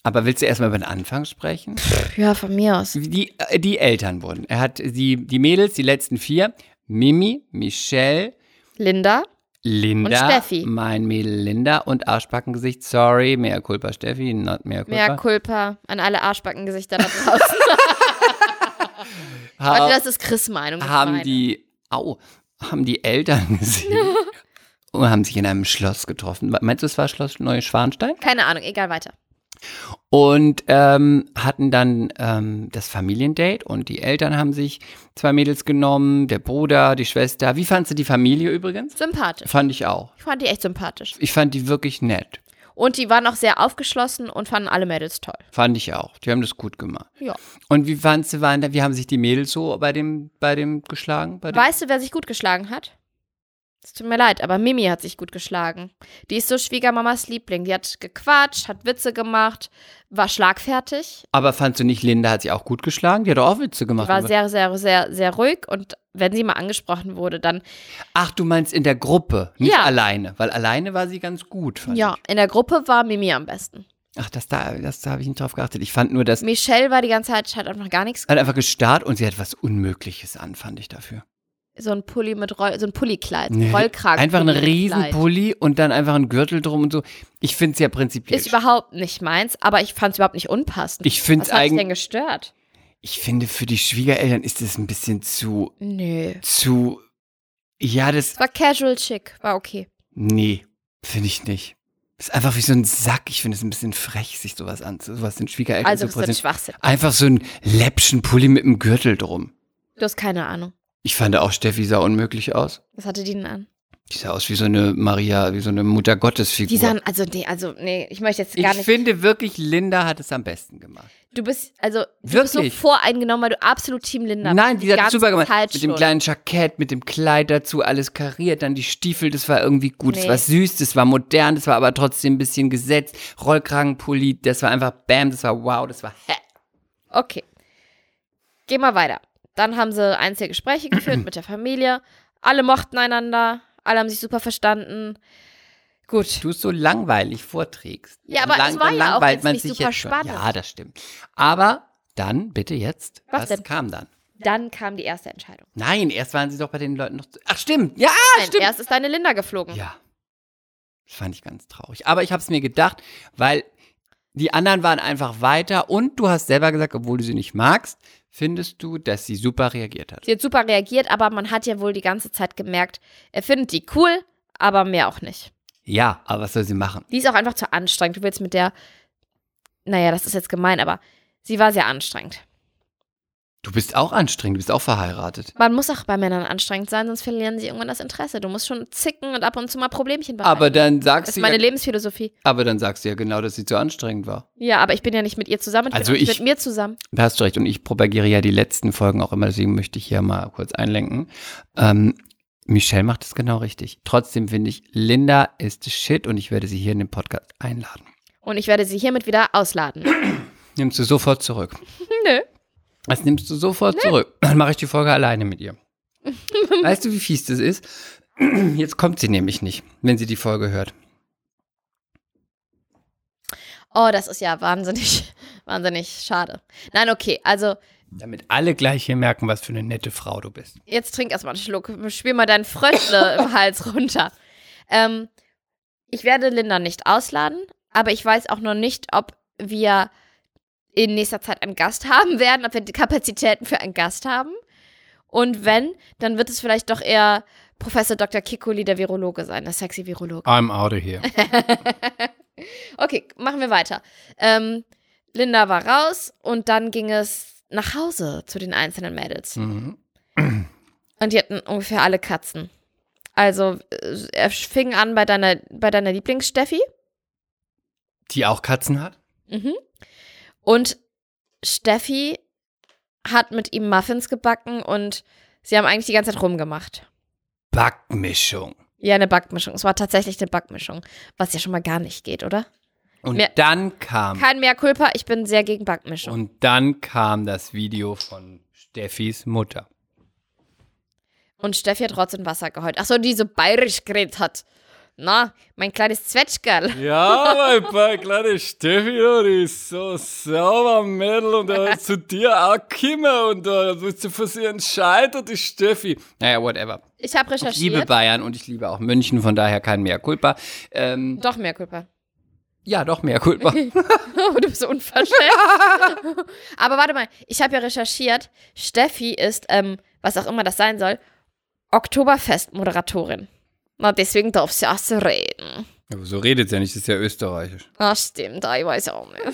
Aber willst du erstmal über den Anfang sprechen? Ja, von mir aus. Die, äh, die Eltern wurden. Er hat die, die Mädels, die letzten vier, Mimi, Michelle, Linda, Linda, Und Steffi. mein Mädel Linda und Arschbackengesicht. Sorry, mehr Culpa Steffi, not mehr Culpa. mehr Culpa an alle Arschbackengesichter da draußen. Ha- Warte, das ist Chris' Meinung. nicht haben meine. die, au, haben die Eltern gesehen und haben sich in einem Schloss getroffen. Meinst du, es war Schloss Neuschwanstein? Keine Ahnung, egal weiter. Und ähm, hatten dann ähm, das Familiendate und die Eltern haben sich zwei Mädels genommen, der Bruder, die Schwester. Wie fandst du die Familie übrigens? Sympathisch. Fand ich auch. Ich fand die echt sympathisch. Ich fand die wirklich nett. Und die waren auch sehr aufgeschlossen und fanden alle Mädels toll. Fand ich auch. Die haben das gut gemacht. Ja. Und wie fandst du, waren da, wie haben sich die Mädels so bei dem, bei dem geschlagen? Bei dem? Weißt du, wer sich gut geschlagen hat? Es tut mir leid, aber Mimi hat sich gut geschlagen. Die ist so Schwiegermamas Liebling. Die hat gequatscht, hat Witze gemacht, war schlagfertig, Aber fandst du nicht, Linda hat sich auch gut geschlagen? Die hat doch auch Witze gemacht. war über- sehr, sehr, sehr, sehr ruhig. Und wenn sie mal angesprochen wurde, dann Ach, du meinst in der Gruppe, nicht Ja. alleine. Weil alleine war sie ganz gut, fand ja, ich. in der Gruppe war Mimi am besten. Ach, das da, das, da habe ich nicht drauf geachtet. Ich fand nur, dass Michelle war die ganze Zeit, hat einfach gar nichts. hat einfach gestarrt und sie hat was Unmögliches an, fand ich dafür. So ein Pulli mit Roll, so ein Pullikleid, Nee, Rollkragen. Einfach einen riesen Pullikleid. Pulli und dann einfach einen Gürtel drum und so. Ich finde es ja prinzipiell. Ist überhaupt nicht meins, aber ich fand es überhaupt nicht unpassend. ich finde Was hat dich denn eigentlich. gestört? Ich finde, für die Schwiegereltern ist das ein bisschen zu, Nö. zu. Ja, das. Es war casual chic, war okay. Nee, finde ich nicht. Ist einfach wie so ein Sack. Ich finde es ein bisschen frech, sich sowas anzu, sowas den Schwiegereltern Also zu ist das präsentieren. Schwachsinn. Einfach so ein Läppchen-Pulli mit einem Gürtel drum. Du hast keine Ahnung. Ich fand auch Steffi sah unmöglich aus. Was hatte die denn an? Die sah aus wie so eine Maria, wie so eine Mutter Gottes-Figur. Die sahen, also nee, also nee, ich möchte jetzt Ich gar nicht. finde wirklich, Linda hat es am besten gemacht. Du bist, also du bist so Wirklich? voreingenommen, weil du absolut Team Linda Nein, bist. die, hat es ganze super gemacht. Zeit Mit dem schon. kleinen Jackett, mit dem Kleid dazu, alles kariert, dann die Stiefel, das war irgendwie gut. Das Nee. war süß, das war modern, das war aber trotzdem ein bisschen gesetzt. Rollkragenpulli, das war einfach bam, das war wow, das war hä. Okay. Geh mal weiter. Dann haben sie einzelne Gespräche geführt mit der Familie. Alle mochten einander. Alle haben sich super verstanden. Gut. Du es so langweilig vorträgst. Ja, Dann aber es war dann ja auch langweilt jetzt man nicht sich super jetzt schon. spannend. Ja, das stimmt. Aber dann, bitte jetzt, Was was, denn? kam dann? Dann kam die erste Entscheidung. Nein, erst waren sie doch bei den Leuten noch. Zu Ach, stimmt. Ja, Nein, Ah, stimmt. erst ist deine Linda geflogen. Ja. Das fand ich ganz traurig. Aber ich habe es mir gedacht, weil die anderen waren einfach weiter und du hast selber gesagt, obwohl du sie nicht magst, findest du, dass sie super reagiert hat. Sie hat super reagiert, aber man hat ja wohl die ganze Zeit gemerkt, er findet die cool, aber mehr auch nicht. Ja, aber was soll sie machen? Die ist auch einfach zu anstrengend. Du willst mit der, naja, das ist jetzt gemein, aber sie war sehr anstrengend. Du bist auch anstrengend, du bist auch verheiratet. Man muss auch bei Männern anstrengend sein, sonst verlieren sie irgendwann das Interesse. Du musst schon zicken und ab und zu mal Problemchen behalten. Aber dann das sagst ist du meine ja, Lebensphilosophie. aber dann sagst du ja genau, dass sie zu anstrengend war. Ja, aber ich bin ja nicht mit ihr zusammen, ich Also bin auch nicht ich- mit mir zusammen. Da hast du recht und ich propagiere ja die letzten Folgen auch immer, deswegen möchte ich hier mal kurz einlenken. Ähm, Michelle macht es genau richtig. Trotzdem finde ich, Linda ist the shit und ich werde sie hier in den Podcast einladen. Und ich werde sie hiermit wieder ausladen. Nimmst du sofort zurück. Nö. Das nimmst du sofort zurück. Dann mache ich die Folge alleine mit ihr. weißt du, wie fies das ist? Jetzt kommt sie nämlich nicht, wenn sie die Folge hört. Oh, das ist ja wahnsinnig, wahnsinnig schade. Nein, okay, also Damit alle gleich hier merken, was für eine nette Frau du bist. Jetzt trink erstmal einen Schluck. Spiel mal deinen Fröstle im Hals runter. Ähm, ich werde Linda nicht ausladen, aber ich weiß auch noch nicht, ob wir in nächster Zeit einen Gast haben werden, ob wir die Kapazitäten für einen Gast haben. Und wenn, dann wird es vielleicht doch eher Professor Dr. Kikuli, der Virologe sein, der sexy Virologe. I'm out of here. Okay, machen wir weiter. Ähm, Linda war raus und dann ging es nach Hause zu den einzelnen Mädels. Mhm. Und die hatten ungefähr alle Katzen. Also äh, er fing an bei deiner, bei deiner Lieblingssteffi. Die auch Katzen hat? Mhm. Und Steffi hat mit ihm Muffins gebacken und sie haben eigentlich die ganze Zeit rumgemacht. Backmischung. Ja, eine Backmischung. Es war tatsächlich eine Backmischung, was ja schon mal gar nicht geht, oder? Und Mehr- dann kam Kein mehr Culpa, ich bin sehr gegen Backmischung. und dann kam das Video von Steffis Mutter. Und Steffi hat Rotz und Wasser geheult. Achso, die so bayerisch geredet hat. Na, mein kleines Zwetschgerl. Ja, mein kleine Steffi, die ist so sauber Mädel und da ist zu dir auch gekommen und da wirst du für sie entscheiden, die Steffi. Naja, whatever. Ich habe recherchiert. Ich liebe Bayern und ich liebe auch München, von daher kein Mea Culpa. Ähm, Doch mehr Culpa. ja, doch, Mea Culpa. Oh, du bist so unverschämt. Aber warte mal, ich habe ja recherchiert, Steffi ist, ähm, was auch immer das sein soll, Oktoberfest-Moderatorin. Na, deswegen darf sie auch so reden. Aber so redet ja nicht, das ist ja österreichisch. Ah, stimmt, ah, ich weiß auch nicht.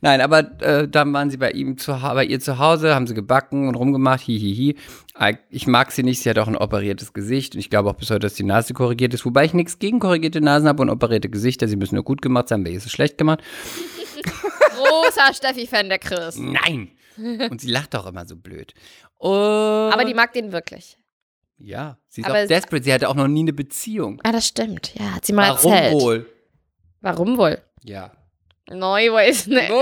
Nein, aber äh, dann waren sie bei ihm zu Hau- bei ihr zu Hause, haben sie gebacken und rumgemacht, hihihi. Äh, Ich mag sie nicht, sie hat auch ein operiertes Gesicht und ich glaube auch bis heute, dass die Nase korrigiert ist, wobei ich nichts gegen korrigierte Nasen habe und operierte Gesichter, sie müssen nur gut gemacht sein, bei ihr ist es schlecht gemacht. Großer Steffi-Fan, der Chris. Nein! Und sie lacht auch immer so blöd. Und Aber die mag den wirklich. ja, sie ist aber auch es- desperate, sie hatte auch noch nie eine Beziehung. Ah, das stimmt, ja, hat sie mal Warum erzählt. wohl? Warum wohl? Ja. No, ich weiß nicht. Oh,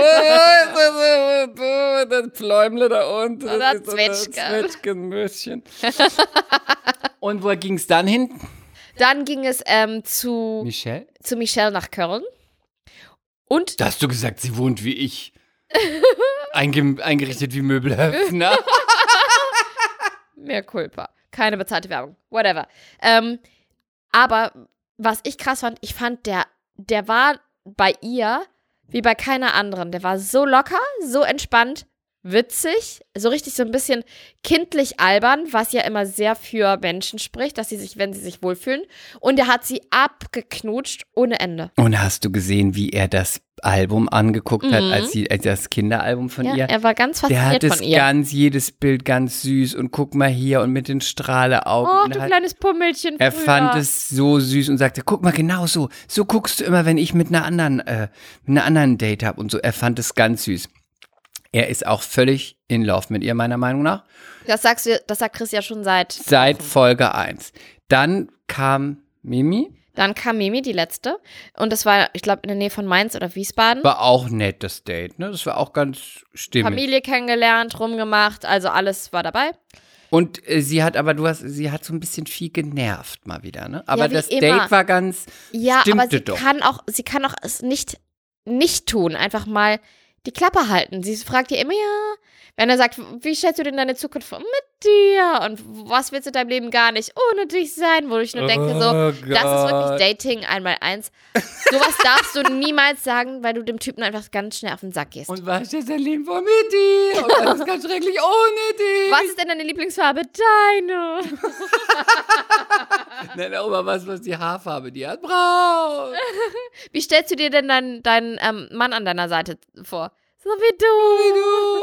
Das Pläumle da unten, Oder das ist so Zwetschgen. das Zwetschgenmüschen. Und wo ging es dann hin? Dann ging es ähm, zu, Michelle? zu Michelle nach Köln. Und Da hast du gesagt, sie wohnt wie ich. Einge eingerichtet wie Möbelhöfner. Mehr Culpa. Keine bezahlte Werbung. Whatever. Ähm, aber was ich krass fand, ich fand, der, der war bei ihr wie bei keiner anderen. Der war so locker, so entspannt, witzig, so richtig so ein bisschen kindlich albern, was ja immer sehr für Menschen spricht, dass sie sich, wenn sie sich wohlfühlen. Und er hat sie abgeknutscht ohne Ende. Und hast du gesehen, wie er das Album angeguckt hat, Mhm. als, sie, als das Kinderalbum von Ja, ihr? er war ganz Der fasziniert hat es von ihr. ganz, jedes Bild ganz süß und guck mal hier und mit den Strahleaugen. Oh, und du hat, kleines Pummelchen. er früher. fand es so süß und sagte, guck mal genau so, so guckst du immer, wenn ich mit einer anderen, äh, mit einer anderen Date habe und so. Er fand es ganz süß. Er ist auch völlig in love mit ihr, meiner Meinung nach. Das, sagst du, das sagt Chris ja schon seit Seit Folge 1. Dann kam Mimi, Dann kam Mimi, die letzte. Und das war, ich glaube, in der Nähe von Mainz oder Wiesbaden. war auch nett, das Date, ne? Das war auch ganz stimmig. Familie kennengelernt, rumgemacht, also alles war dabei. Und äh, sie hat aber, du hast, sie hat so ein bisschen viel genervt mal wieder, ne? Aber wie das immer. Date war ganz, Ja, aber Stimmte sie doch. kann auch, sie kann auch es nicht, nicht tun, einfach mal die Klappe halten. Sie fragt ja immer, ja, wenn er sagt, wie stellst du denn deine Zukunft vor? Mit dir. Und was willst du in deinem Leben gar nicht ohne dich sein? Wo ich nur denke, Oh so, das ist wirklich Dating einmal eins. Sowas darfst du niemals sagen, weil du dem Typen einfach ganz schnell auf den Sack gehst. Und was ist dein Leben von mit dir? Und das ist ganz schrecklich Oh, ohne dich. was ist denn deine Lieblingsfarbe? Deine. Nein, aber was, was die Haarfarbe, die hat braun. Wie stellst du dir denn deinen deinen, ähm, Mann an deiner Seite vor? So wie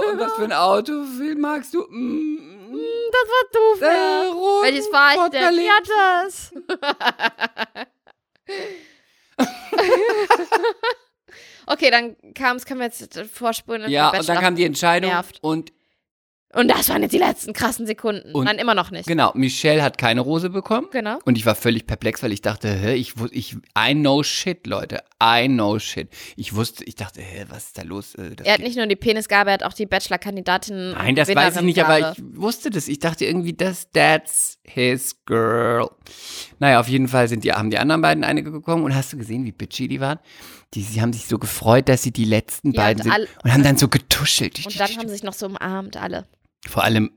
du. Und was für ein Auto viel magst du? Mm, mm, Das war doof. äh, ja. rot, Welches war ich denn? Ja, das. okay, dann kam es, können wir jetzt vorspulen. Ja, und dann Bachelor. kam die Entscheidung Nervt. und Und das waren jetzt die letzten krassen Sekunden. Und- Nein, immer noch nicht. Genau, Michelle hat keine Rose bekommen. Genau. Und ich war völlig perplex, weil ich dachte, hä, ich, wus- ich, I know shit, Leute, I know shit. Ich wusste, ich dachte, hä, was ist da los? Äh, das Er hat geht- nicht nur die Penisgabe, er hat auch die Bachelor-Kandidatin. Nein, das weiß ich nicht, Winnerin-Gabe. aber ich wusste das. Ich dachte irgendwie, das, that's his girl. Naja, auf jeden Fall sind die, haben die anderen beiden eine gekommen und hast du gesehen, wie bitchy die waren? Die, sie haben sich so gefreut, dass sie die letzten Ja, beiden und sind all- und haben dann so getuschelt. Und dann haben sie sich noch so umarmt, alle. Vor allem,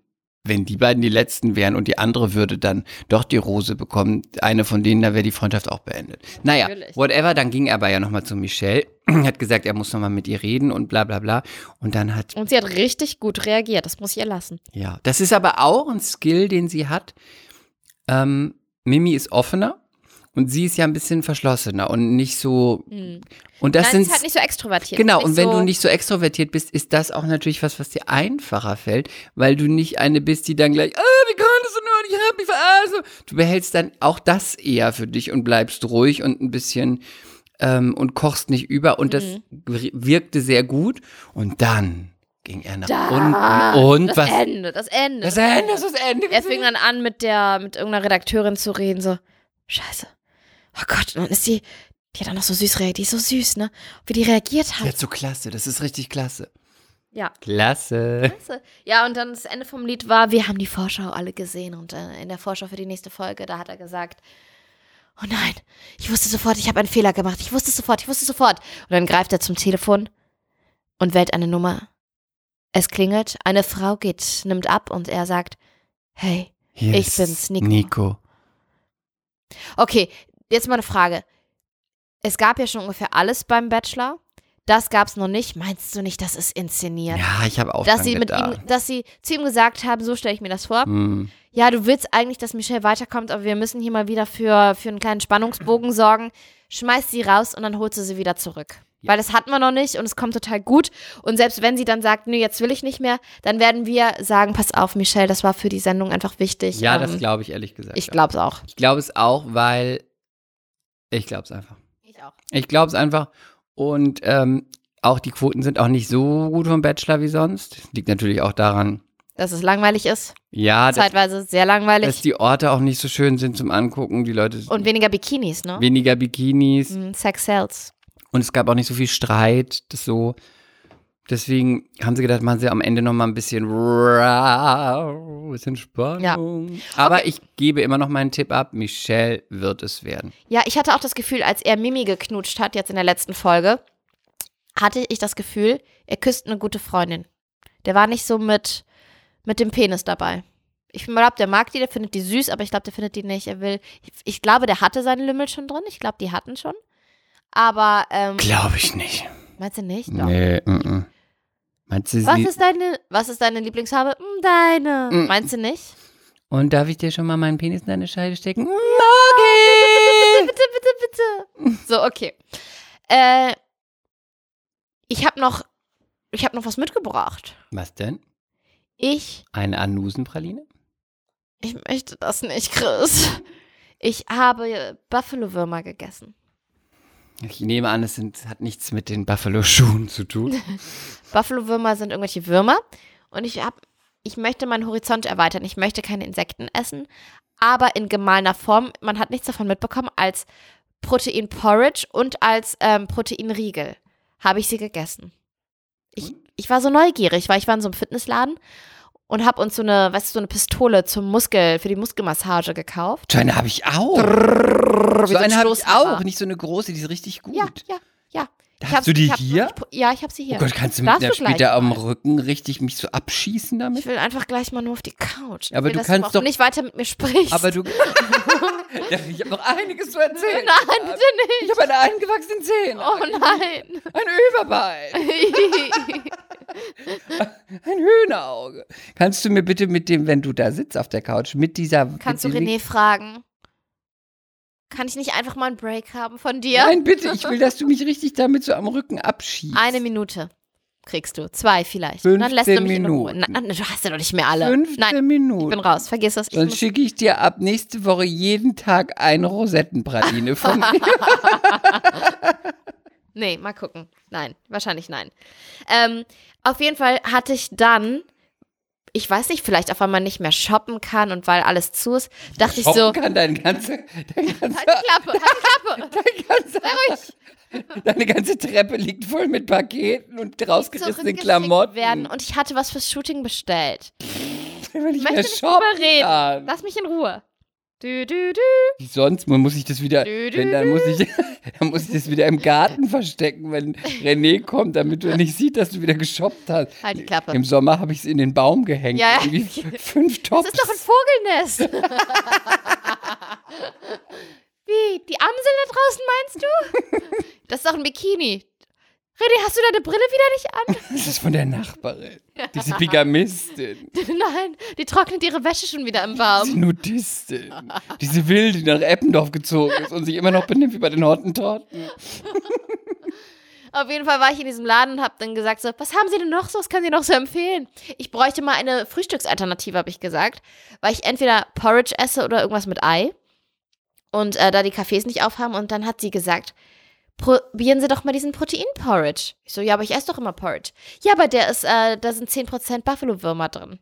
wenn die beiden die letzten wären und die andere würde dann doch die Rose bekommen, eine von denen, da wäre die Freundschaft auch beendet. Naja, Natürlich. whatever, dann ging er aber ja nochmal zu Michelle, hat gesagt, er muss nochmal mit ihr reden und bla bla bla. Und dann hat, Und sie hat richtig gut reagiert, das muss ich ihr lassen. ja, das ist aber auch ein Skill, den sie hat. Ähm, Mimi ist offener und sie ist ja ein bisschen verschlossener und nicht so, Hm. und das Nein, sie sind ist halt nicht so extrovertiert. Genau, nicht und wenn so, du nicht so extrovertiert bist, ist das auch natürlich was, was dir einfacher fällt, weil du nicht eine bist, die dann gleich, ah, wie konntest du nur, ich hab mich verarscht. Du behältst dann auch das eher für dich und bleibst ruhig und ein bisschen ähm, und kochst nicht über und das Mhm. wir- wirkte sehr gut. Und dann ging er nach Da, unten und das was? Ende, das Ende. Das Ende, das ist das Ende. Er fing dann an, mit der, mit irgendeiner Redakteurin zu reden, so, scheiße. Oh Gott, und dann ist die, die hat dann noch so süß reagiert, die ist so süß, ne? Wie die reagiert Ja, hat. so klasse, das ist richtig klasse. Ja. Klasse. Klasse. Ja, und dann das Ende vom Lied war, wir haben die Vorschau alle gesehen und äh, in der Vorschau für die nächste Folge, da hat er gesagt, oh nein, ich wusste sofort, ich habe einen Fehler gemacht, ich wusste sofort, ich wusste sofort. Und dann greift er zum Telefon und wählt eine Nummer. Es klingelt, eine Frau geht, nimmt ab und er sagt, hey, Hier Ich ist bin's, Nico. Nico. okay, jetzt mal eine Frage. Es gab ja schon ungefähr alles beim Bachelor. Das gab's noch nicht. Meinst du nicht, das ist inszeniert? Ja, ich habe auch dass dran sie mit gedacht. ihm, dass sie zu ihm gesagt haben, so stelle ich mir das vor. Hm. ja, du willst eigentlich, dass Michelle weiterkommt, aber wir müssen hier mal wieder für, für einen kleinen Spannungsbogen sorgen. Schmeißt sie raus und dann holst du sie wieder zurück. Ja. Weil das hatten wir noch nicht und es kommt total gut. Und selbst wenn sie dann sagt, nee, jetzt will ich nicht mehr, dann werden wir sagen, pass auf, Michelle, das war für die Sendung einfach wichtig. Ja, Ähm, das glaube ich ehrlich gesagt. ich. ja. glaub's auch. Ich glaube es auch, weil ich glaube es einfach. Ich auch. Ich glaube es einfach. Und ähm, auch die Quoten sind auch nicht so gut vom Bachelor wie sonst. Liegt natürlich auch daran, Dass es langweilig ist. ja, dass, Zeitweise sehr dass langweilig. die Orte auch nicht so schön sind zum Angucken. Die Leute Und weniger Bikinis, ne? weniger Bikinis Mm, Sex sells. und es gab auch nicht so viel Streit. Das so. Deswegen haben sie gedacht, machen sie am Ende noch mal ein bisschen, rau, bisschen Spannung. Aber ich gebe immer noch meinen Tipp ab, Michelle wird es werden. Ja, ich hatte auch das Gefühl, als er Mimi geknutscht hat, jetzt in der letzten Folge, hatte ich das Gefühl, er küsst eine gute Freundin. Der war nicht so mit, mit dem Penis dabei. Ich glaube, der mag die, der findet die süß, aber ich glaube, der findet die nicht. Er will. Ich, ich glaube, der hatte seinen Lümmel schon drin. Ich glaube, die hatten schon. Aber, ähm, Glaube ich nicht. meinst du nicht? Doch. Nee, mm -mm. Meinst du Was sie? ist deine, was ist deine Lieblingsfarbe? Hm, Deine. Mm. Meinst du nicht? Und darf ich dir schon mal meinen Penis in deine Scheide stecken? Bitte, Morgen! bitte, bitte, bitte. So, okay. Äh, ich habe noch, ich habe noch was mitgebracht. Was denn? Ich, Eine Anusenpraline? ich möchte das nicht, Chris. Ich habe Buffalo-Würmer gegessen. Ich nehme an, es sind, hat nichts mit den Buffalo-Schuhen zu tun. Buffalo-Würmer sind irgendwelche Würmer und ich hab, ich möchte meinen Horizont erweitern. Ich möchte keine Insekten essen, aber in gemahlener Form. Man hat nichts davon mitbekommen als Protein-Porridge und als ähm, Proteinriegel habe ich sie gegessen. Ich, ich war so neugierig, weil ich war in so einem Fitnessladen und habe uns so eine, weißt du, so eine Pistole zum Muskel, für die Muskelmassage gekauft. So eine habe ich auch. so so ein eine habe ich Stoßhammer. auch. Nicht so eine große, die ist richtig gut. Ja, ja, ja. Ich Hast du die ich noch hier? nicht pro- ja, ich habe sie hier. Oh Gott, kannst du Darfst mit der du gleich später am mal. Rücken richtig mich so abschießen Ich damit? will einfach gleich mal nur auf die Couch. Ich Aber will, du dass kannst auch doch- nicht weiter mit mir sprichst. Aber du. ich habe noch einiges zu erzählen. Nein, bitte Ich nicht. habe eine eingewachsene Zähne. Oh nein. Ein Überbein. Ein Hühnerauge. Kannst du mir bitte mit dem, wenn du da sitzt auf der Couch, mit dieser. Kannst du mit diesem- René fragen? Kann ich nicht einfach mal einen Break haben von dir? Nein, bitte, ich will, dass du mich richtig damit so am Rücken abschießt. Eine Minute kriegst du. Zwei vielleicht. 15 Dann lässt du mich in Ruhe. Minuten. Na, na, du hast ja doch nicht mehr alle. 15 Nein, Minuten. ich bin raus. Vergiss das. Ich Sonst muss, schicke ich dir ab nächste Woche jeden Tag eine Rosettenpraline von mir. nee, mal gucken. Nein, wahrscheinlich nein. Ähm, auf jeden Fall hatte ich dann ich weiß nicht, vielleicht auch, weil man nicht mehr shoppen kann und weil alles zu ist, dachte ich so, Hoppen kann dein ganze, dein ganze, halt die Klappe, halt die Klappe, dein ganze, sei ruhig. deine ganze Treppe liegt voll mit Paketen und rausgerissenen zurückgeschickt Klamotten. werden und ich hatte was fürs Shooting bestellt. Wenn ich möchte mehr nicht shoppen überreden. kann. Lass mich in Ruhe. Du, du, du. Wie sonst? Man muss ich das wieder, Dü, dü, wenn dann muss ich, dann muss ich das wieder im Garten verstecken, wenn René kommt, damit er nicht sieht, dass du wieder geshoppt hast. Halt die Klappe. Im Sommer habe ich es in den Baum gehängt. Ja, ja. Irgendwie f- fünf Tops. Das ist doch ein Vogelnest. Wie? Die Amsel da draußen meinst du? Das ist doch ein Bikini. Redi, hast du deine Brille wieder nicht das ist von der Nachbarin. Diese Bigamistin, an? Nein, die trocknet ihre Wäsche schon wieder im diese Baum. Nudistin, diese Wilde, die nach Eppendorf gezogen ist und sich immer noch benimmt wie bei den Hottentotten. Auf jeden Fall war ich in diesem Laden und habe dann gesagt so, was haben Sie denn noch so, was können Sie noch so empfehlen? Ich bräuchte mal eine Frühstücksalternative, habe ich gesagt, weil ich entweder Porridge esse oder irgendwas mit Ei und äh, da die Cafés nicht aufhaben und dann hat sie gesagt, probieren Sie doch mal diesen Protein-Porridge. Ich so, ja, aber ich esse doch immer Porridge. Ja, aber der ist, äh, da sind 10% Buffalo-Würmer drin.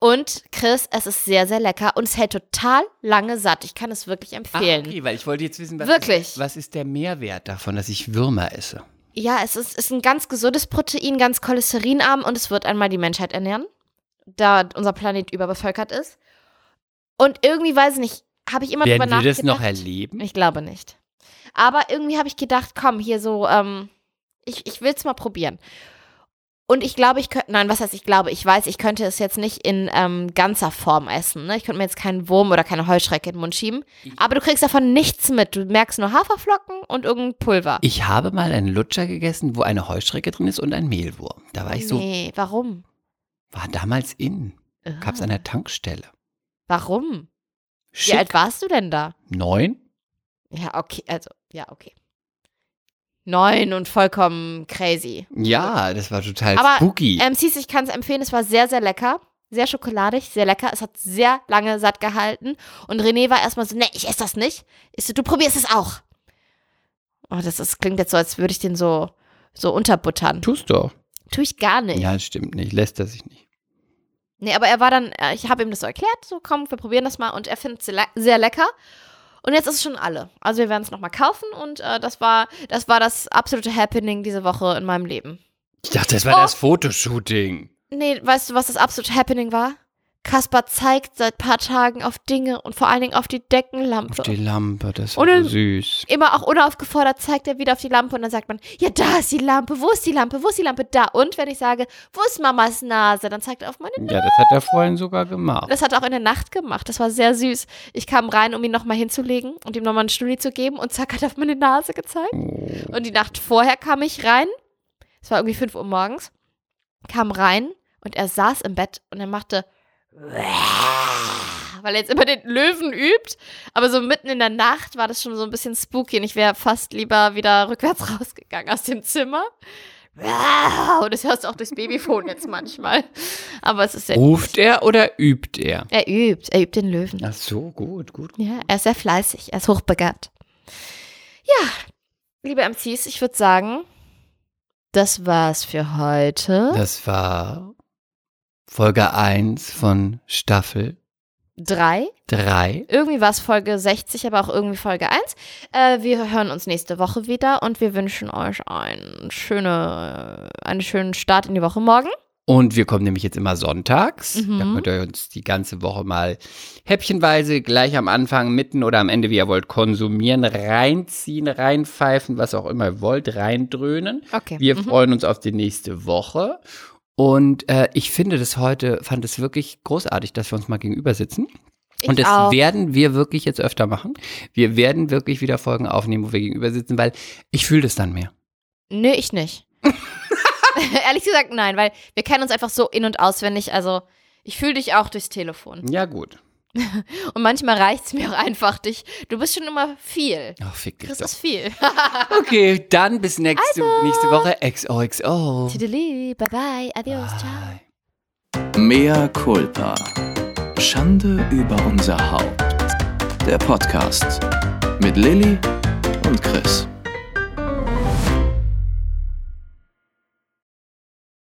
Und Chris, es ist sehr, sehr lecker und es hält total lange satt. Ich kann es wirklich empfehlen. Ah, weil ich wollte jetzt wissen, was Wirklich? ist- was ist der Mehrwert davon, dass ich Würmer esse? Ja, es ist, ist ein ganz gesundes Protein, ganz cholesterinarm und es wird einmal die Menschheit ernähren, da unser Planet überbevölkert ist. Und irgendwie weiß ich nicht, habe ich immer Werden drüber wir das nachgedacht. noch erleben? ich glaube nicht. Aber irgendwie habe ich gedacht, komm, hier so, ähm, ich, ich will es mal probieren. Und ich glaube, ich könnte, nein, was heißt, ich glaube, ich weiß, ich könnte es jetzt nicht in ähm, ganzer Form essen. Ne? Ich könnte mir jetzt keinen Wurm oder keine Heuschrecke in den Mund schieben. Aber du kriegst davon nichts mit. Du merkst nur Haferflocken und irgendein Pulver. Ich habe mal einen Lutscher gegessen, wo eine Heuschrecke drin ist und ein Mehlwurm. Da war ich so, Nee, warum? war damals in. Gab's an der Tankstelle. Warum? Ah. Wie alt Schick. warst du denn da? Neun? Ja, okay, also, ja, okay. Neun und vollkommen crazy. Ja, das war total Aber, ähm, spooky. MCs, ich kann es empfehlen, es war sehr, sehr lecker. Sehr schokoladig, sehr lecker. Es hat sehr lange satt gehalten. Und René war erstmal so, nee, ich esse das nicht. Ich so, du probierst es auch. Oh, das, ist, klingt jetzt so, als würde ich den so, so unterbuttern. Tust doch. Tue ich gar nicht. Ja, das stimmt nicht. Lässt er sich nicht. Nee, aber er war dann, äh, ich habe ihm das so erklärt, so komm, wir probieren das mal und er findet es sehr le- sehr lecker. Und jetzt ist es schon alle. Also wir werden es nochmal kaufen und äh, das, war, das war das absolute Happening diese Woche in meinem Leben. Ich dachte, das war Oh. das Fotoshooting. Nee, weißt du, was das absolute Happening war? Kaspar zeigt seit paar Tagen auf Dinge und vor allen Dingen auf die Deckenlampe. Auf die Lampe, das war Oder- so süß. Immer auch unaufgefordert zeigt er wieder auf die Lampe und dann sagt man, ja, da ist die Lampe, wo ist die Lampe, wo ist die Lampe, da. Und wenn ich sage, wo ist Mamas Nase, dann zeigt er auf meine Ja, das hat er vorhin sogar gemacht. Das hat er auch in der Nacht gemacht. Das war sehr süß. Ich kam rein, um ihn nochmal hinzulegen und ihm nochmal einen Stulli zu geben und zack, hat er auf meine Nase gezeigt. Und die Nacht vorher kam ich rein. Es war irgendwie 5 Uhr morgens. Kam rein und er saß im Bett und er machte. Weil er jetzt immer den Löwen übt. Aber so mitten in der Nacht war das schon so ein bisschen spooky und ich wäre fast lieber wieder rückwärts rausgegangen aus dem Zimmer. Und das hörst du auch durchs Babyfon jetzt manchmal. Aber es ist sehr Oh. Ruft er oder übt er? er übt, er übt den Löwen. Ach so, gut, gut. Ja, er ist sehr fleißig, er ist hochbegabt. Ja, liebe MCs, ich würde sagen, das war's für heute. Das war Folge 1 von Staffel Drei. 3. Irgendwie war es Folge 60, aber auch irgendwie Folge 1. Äh, wir hören uns nächste Woche wieder und wir wünschen euch einen, schöne, einen schönen Start in die Woche morgen. Und wir kommen nämlich jetzt immer sonntags. Mhm. Da könnt ihr uns die ganze Woche mal häppchenweise gleich am Anfang, mitten oder am Ende, wie ihr wollt, konsumieren, reinziehen, reinpfeifen, was auch immer ihr wollt, reindröhnen. Okay. Wir mhm. freuen uns auf die nächste Woche. Und äh, ich finde das heute, fand es wirklich großartig, dass wir uns mal gegenüber sitzen. Ich Und das auch. werden wir wirklich jetzt öfter machen. Wir werden wirklich wieder Folgen aufnehmen, wo wir gegenüber sitzen, weil ich fühle das dann mehr. Nö, ich nicht. Ehrlich gesagt, nein, weil wir kennen uns einfach so in- und auswendig. Also, ich fühle dich auch durchs Telefon. Ja, gut. Und manchmal reicht es mir auch einfach dich. Du bist schon immer viel. Ach, Oh, fick dich Chris doch. ist Also. viel. Okay, dann bis nächste, nächste Woche. XOXO. Tiddly, bye bye, adios, ciao. Bye. Mea culpa. Schande über unser Haupt. Der Podcast mit Lilly und Chris.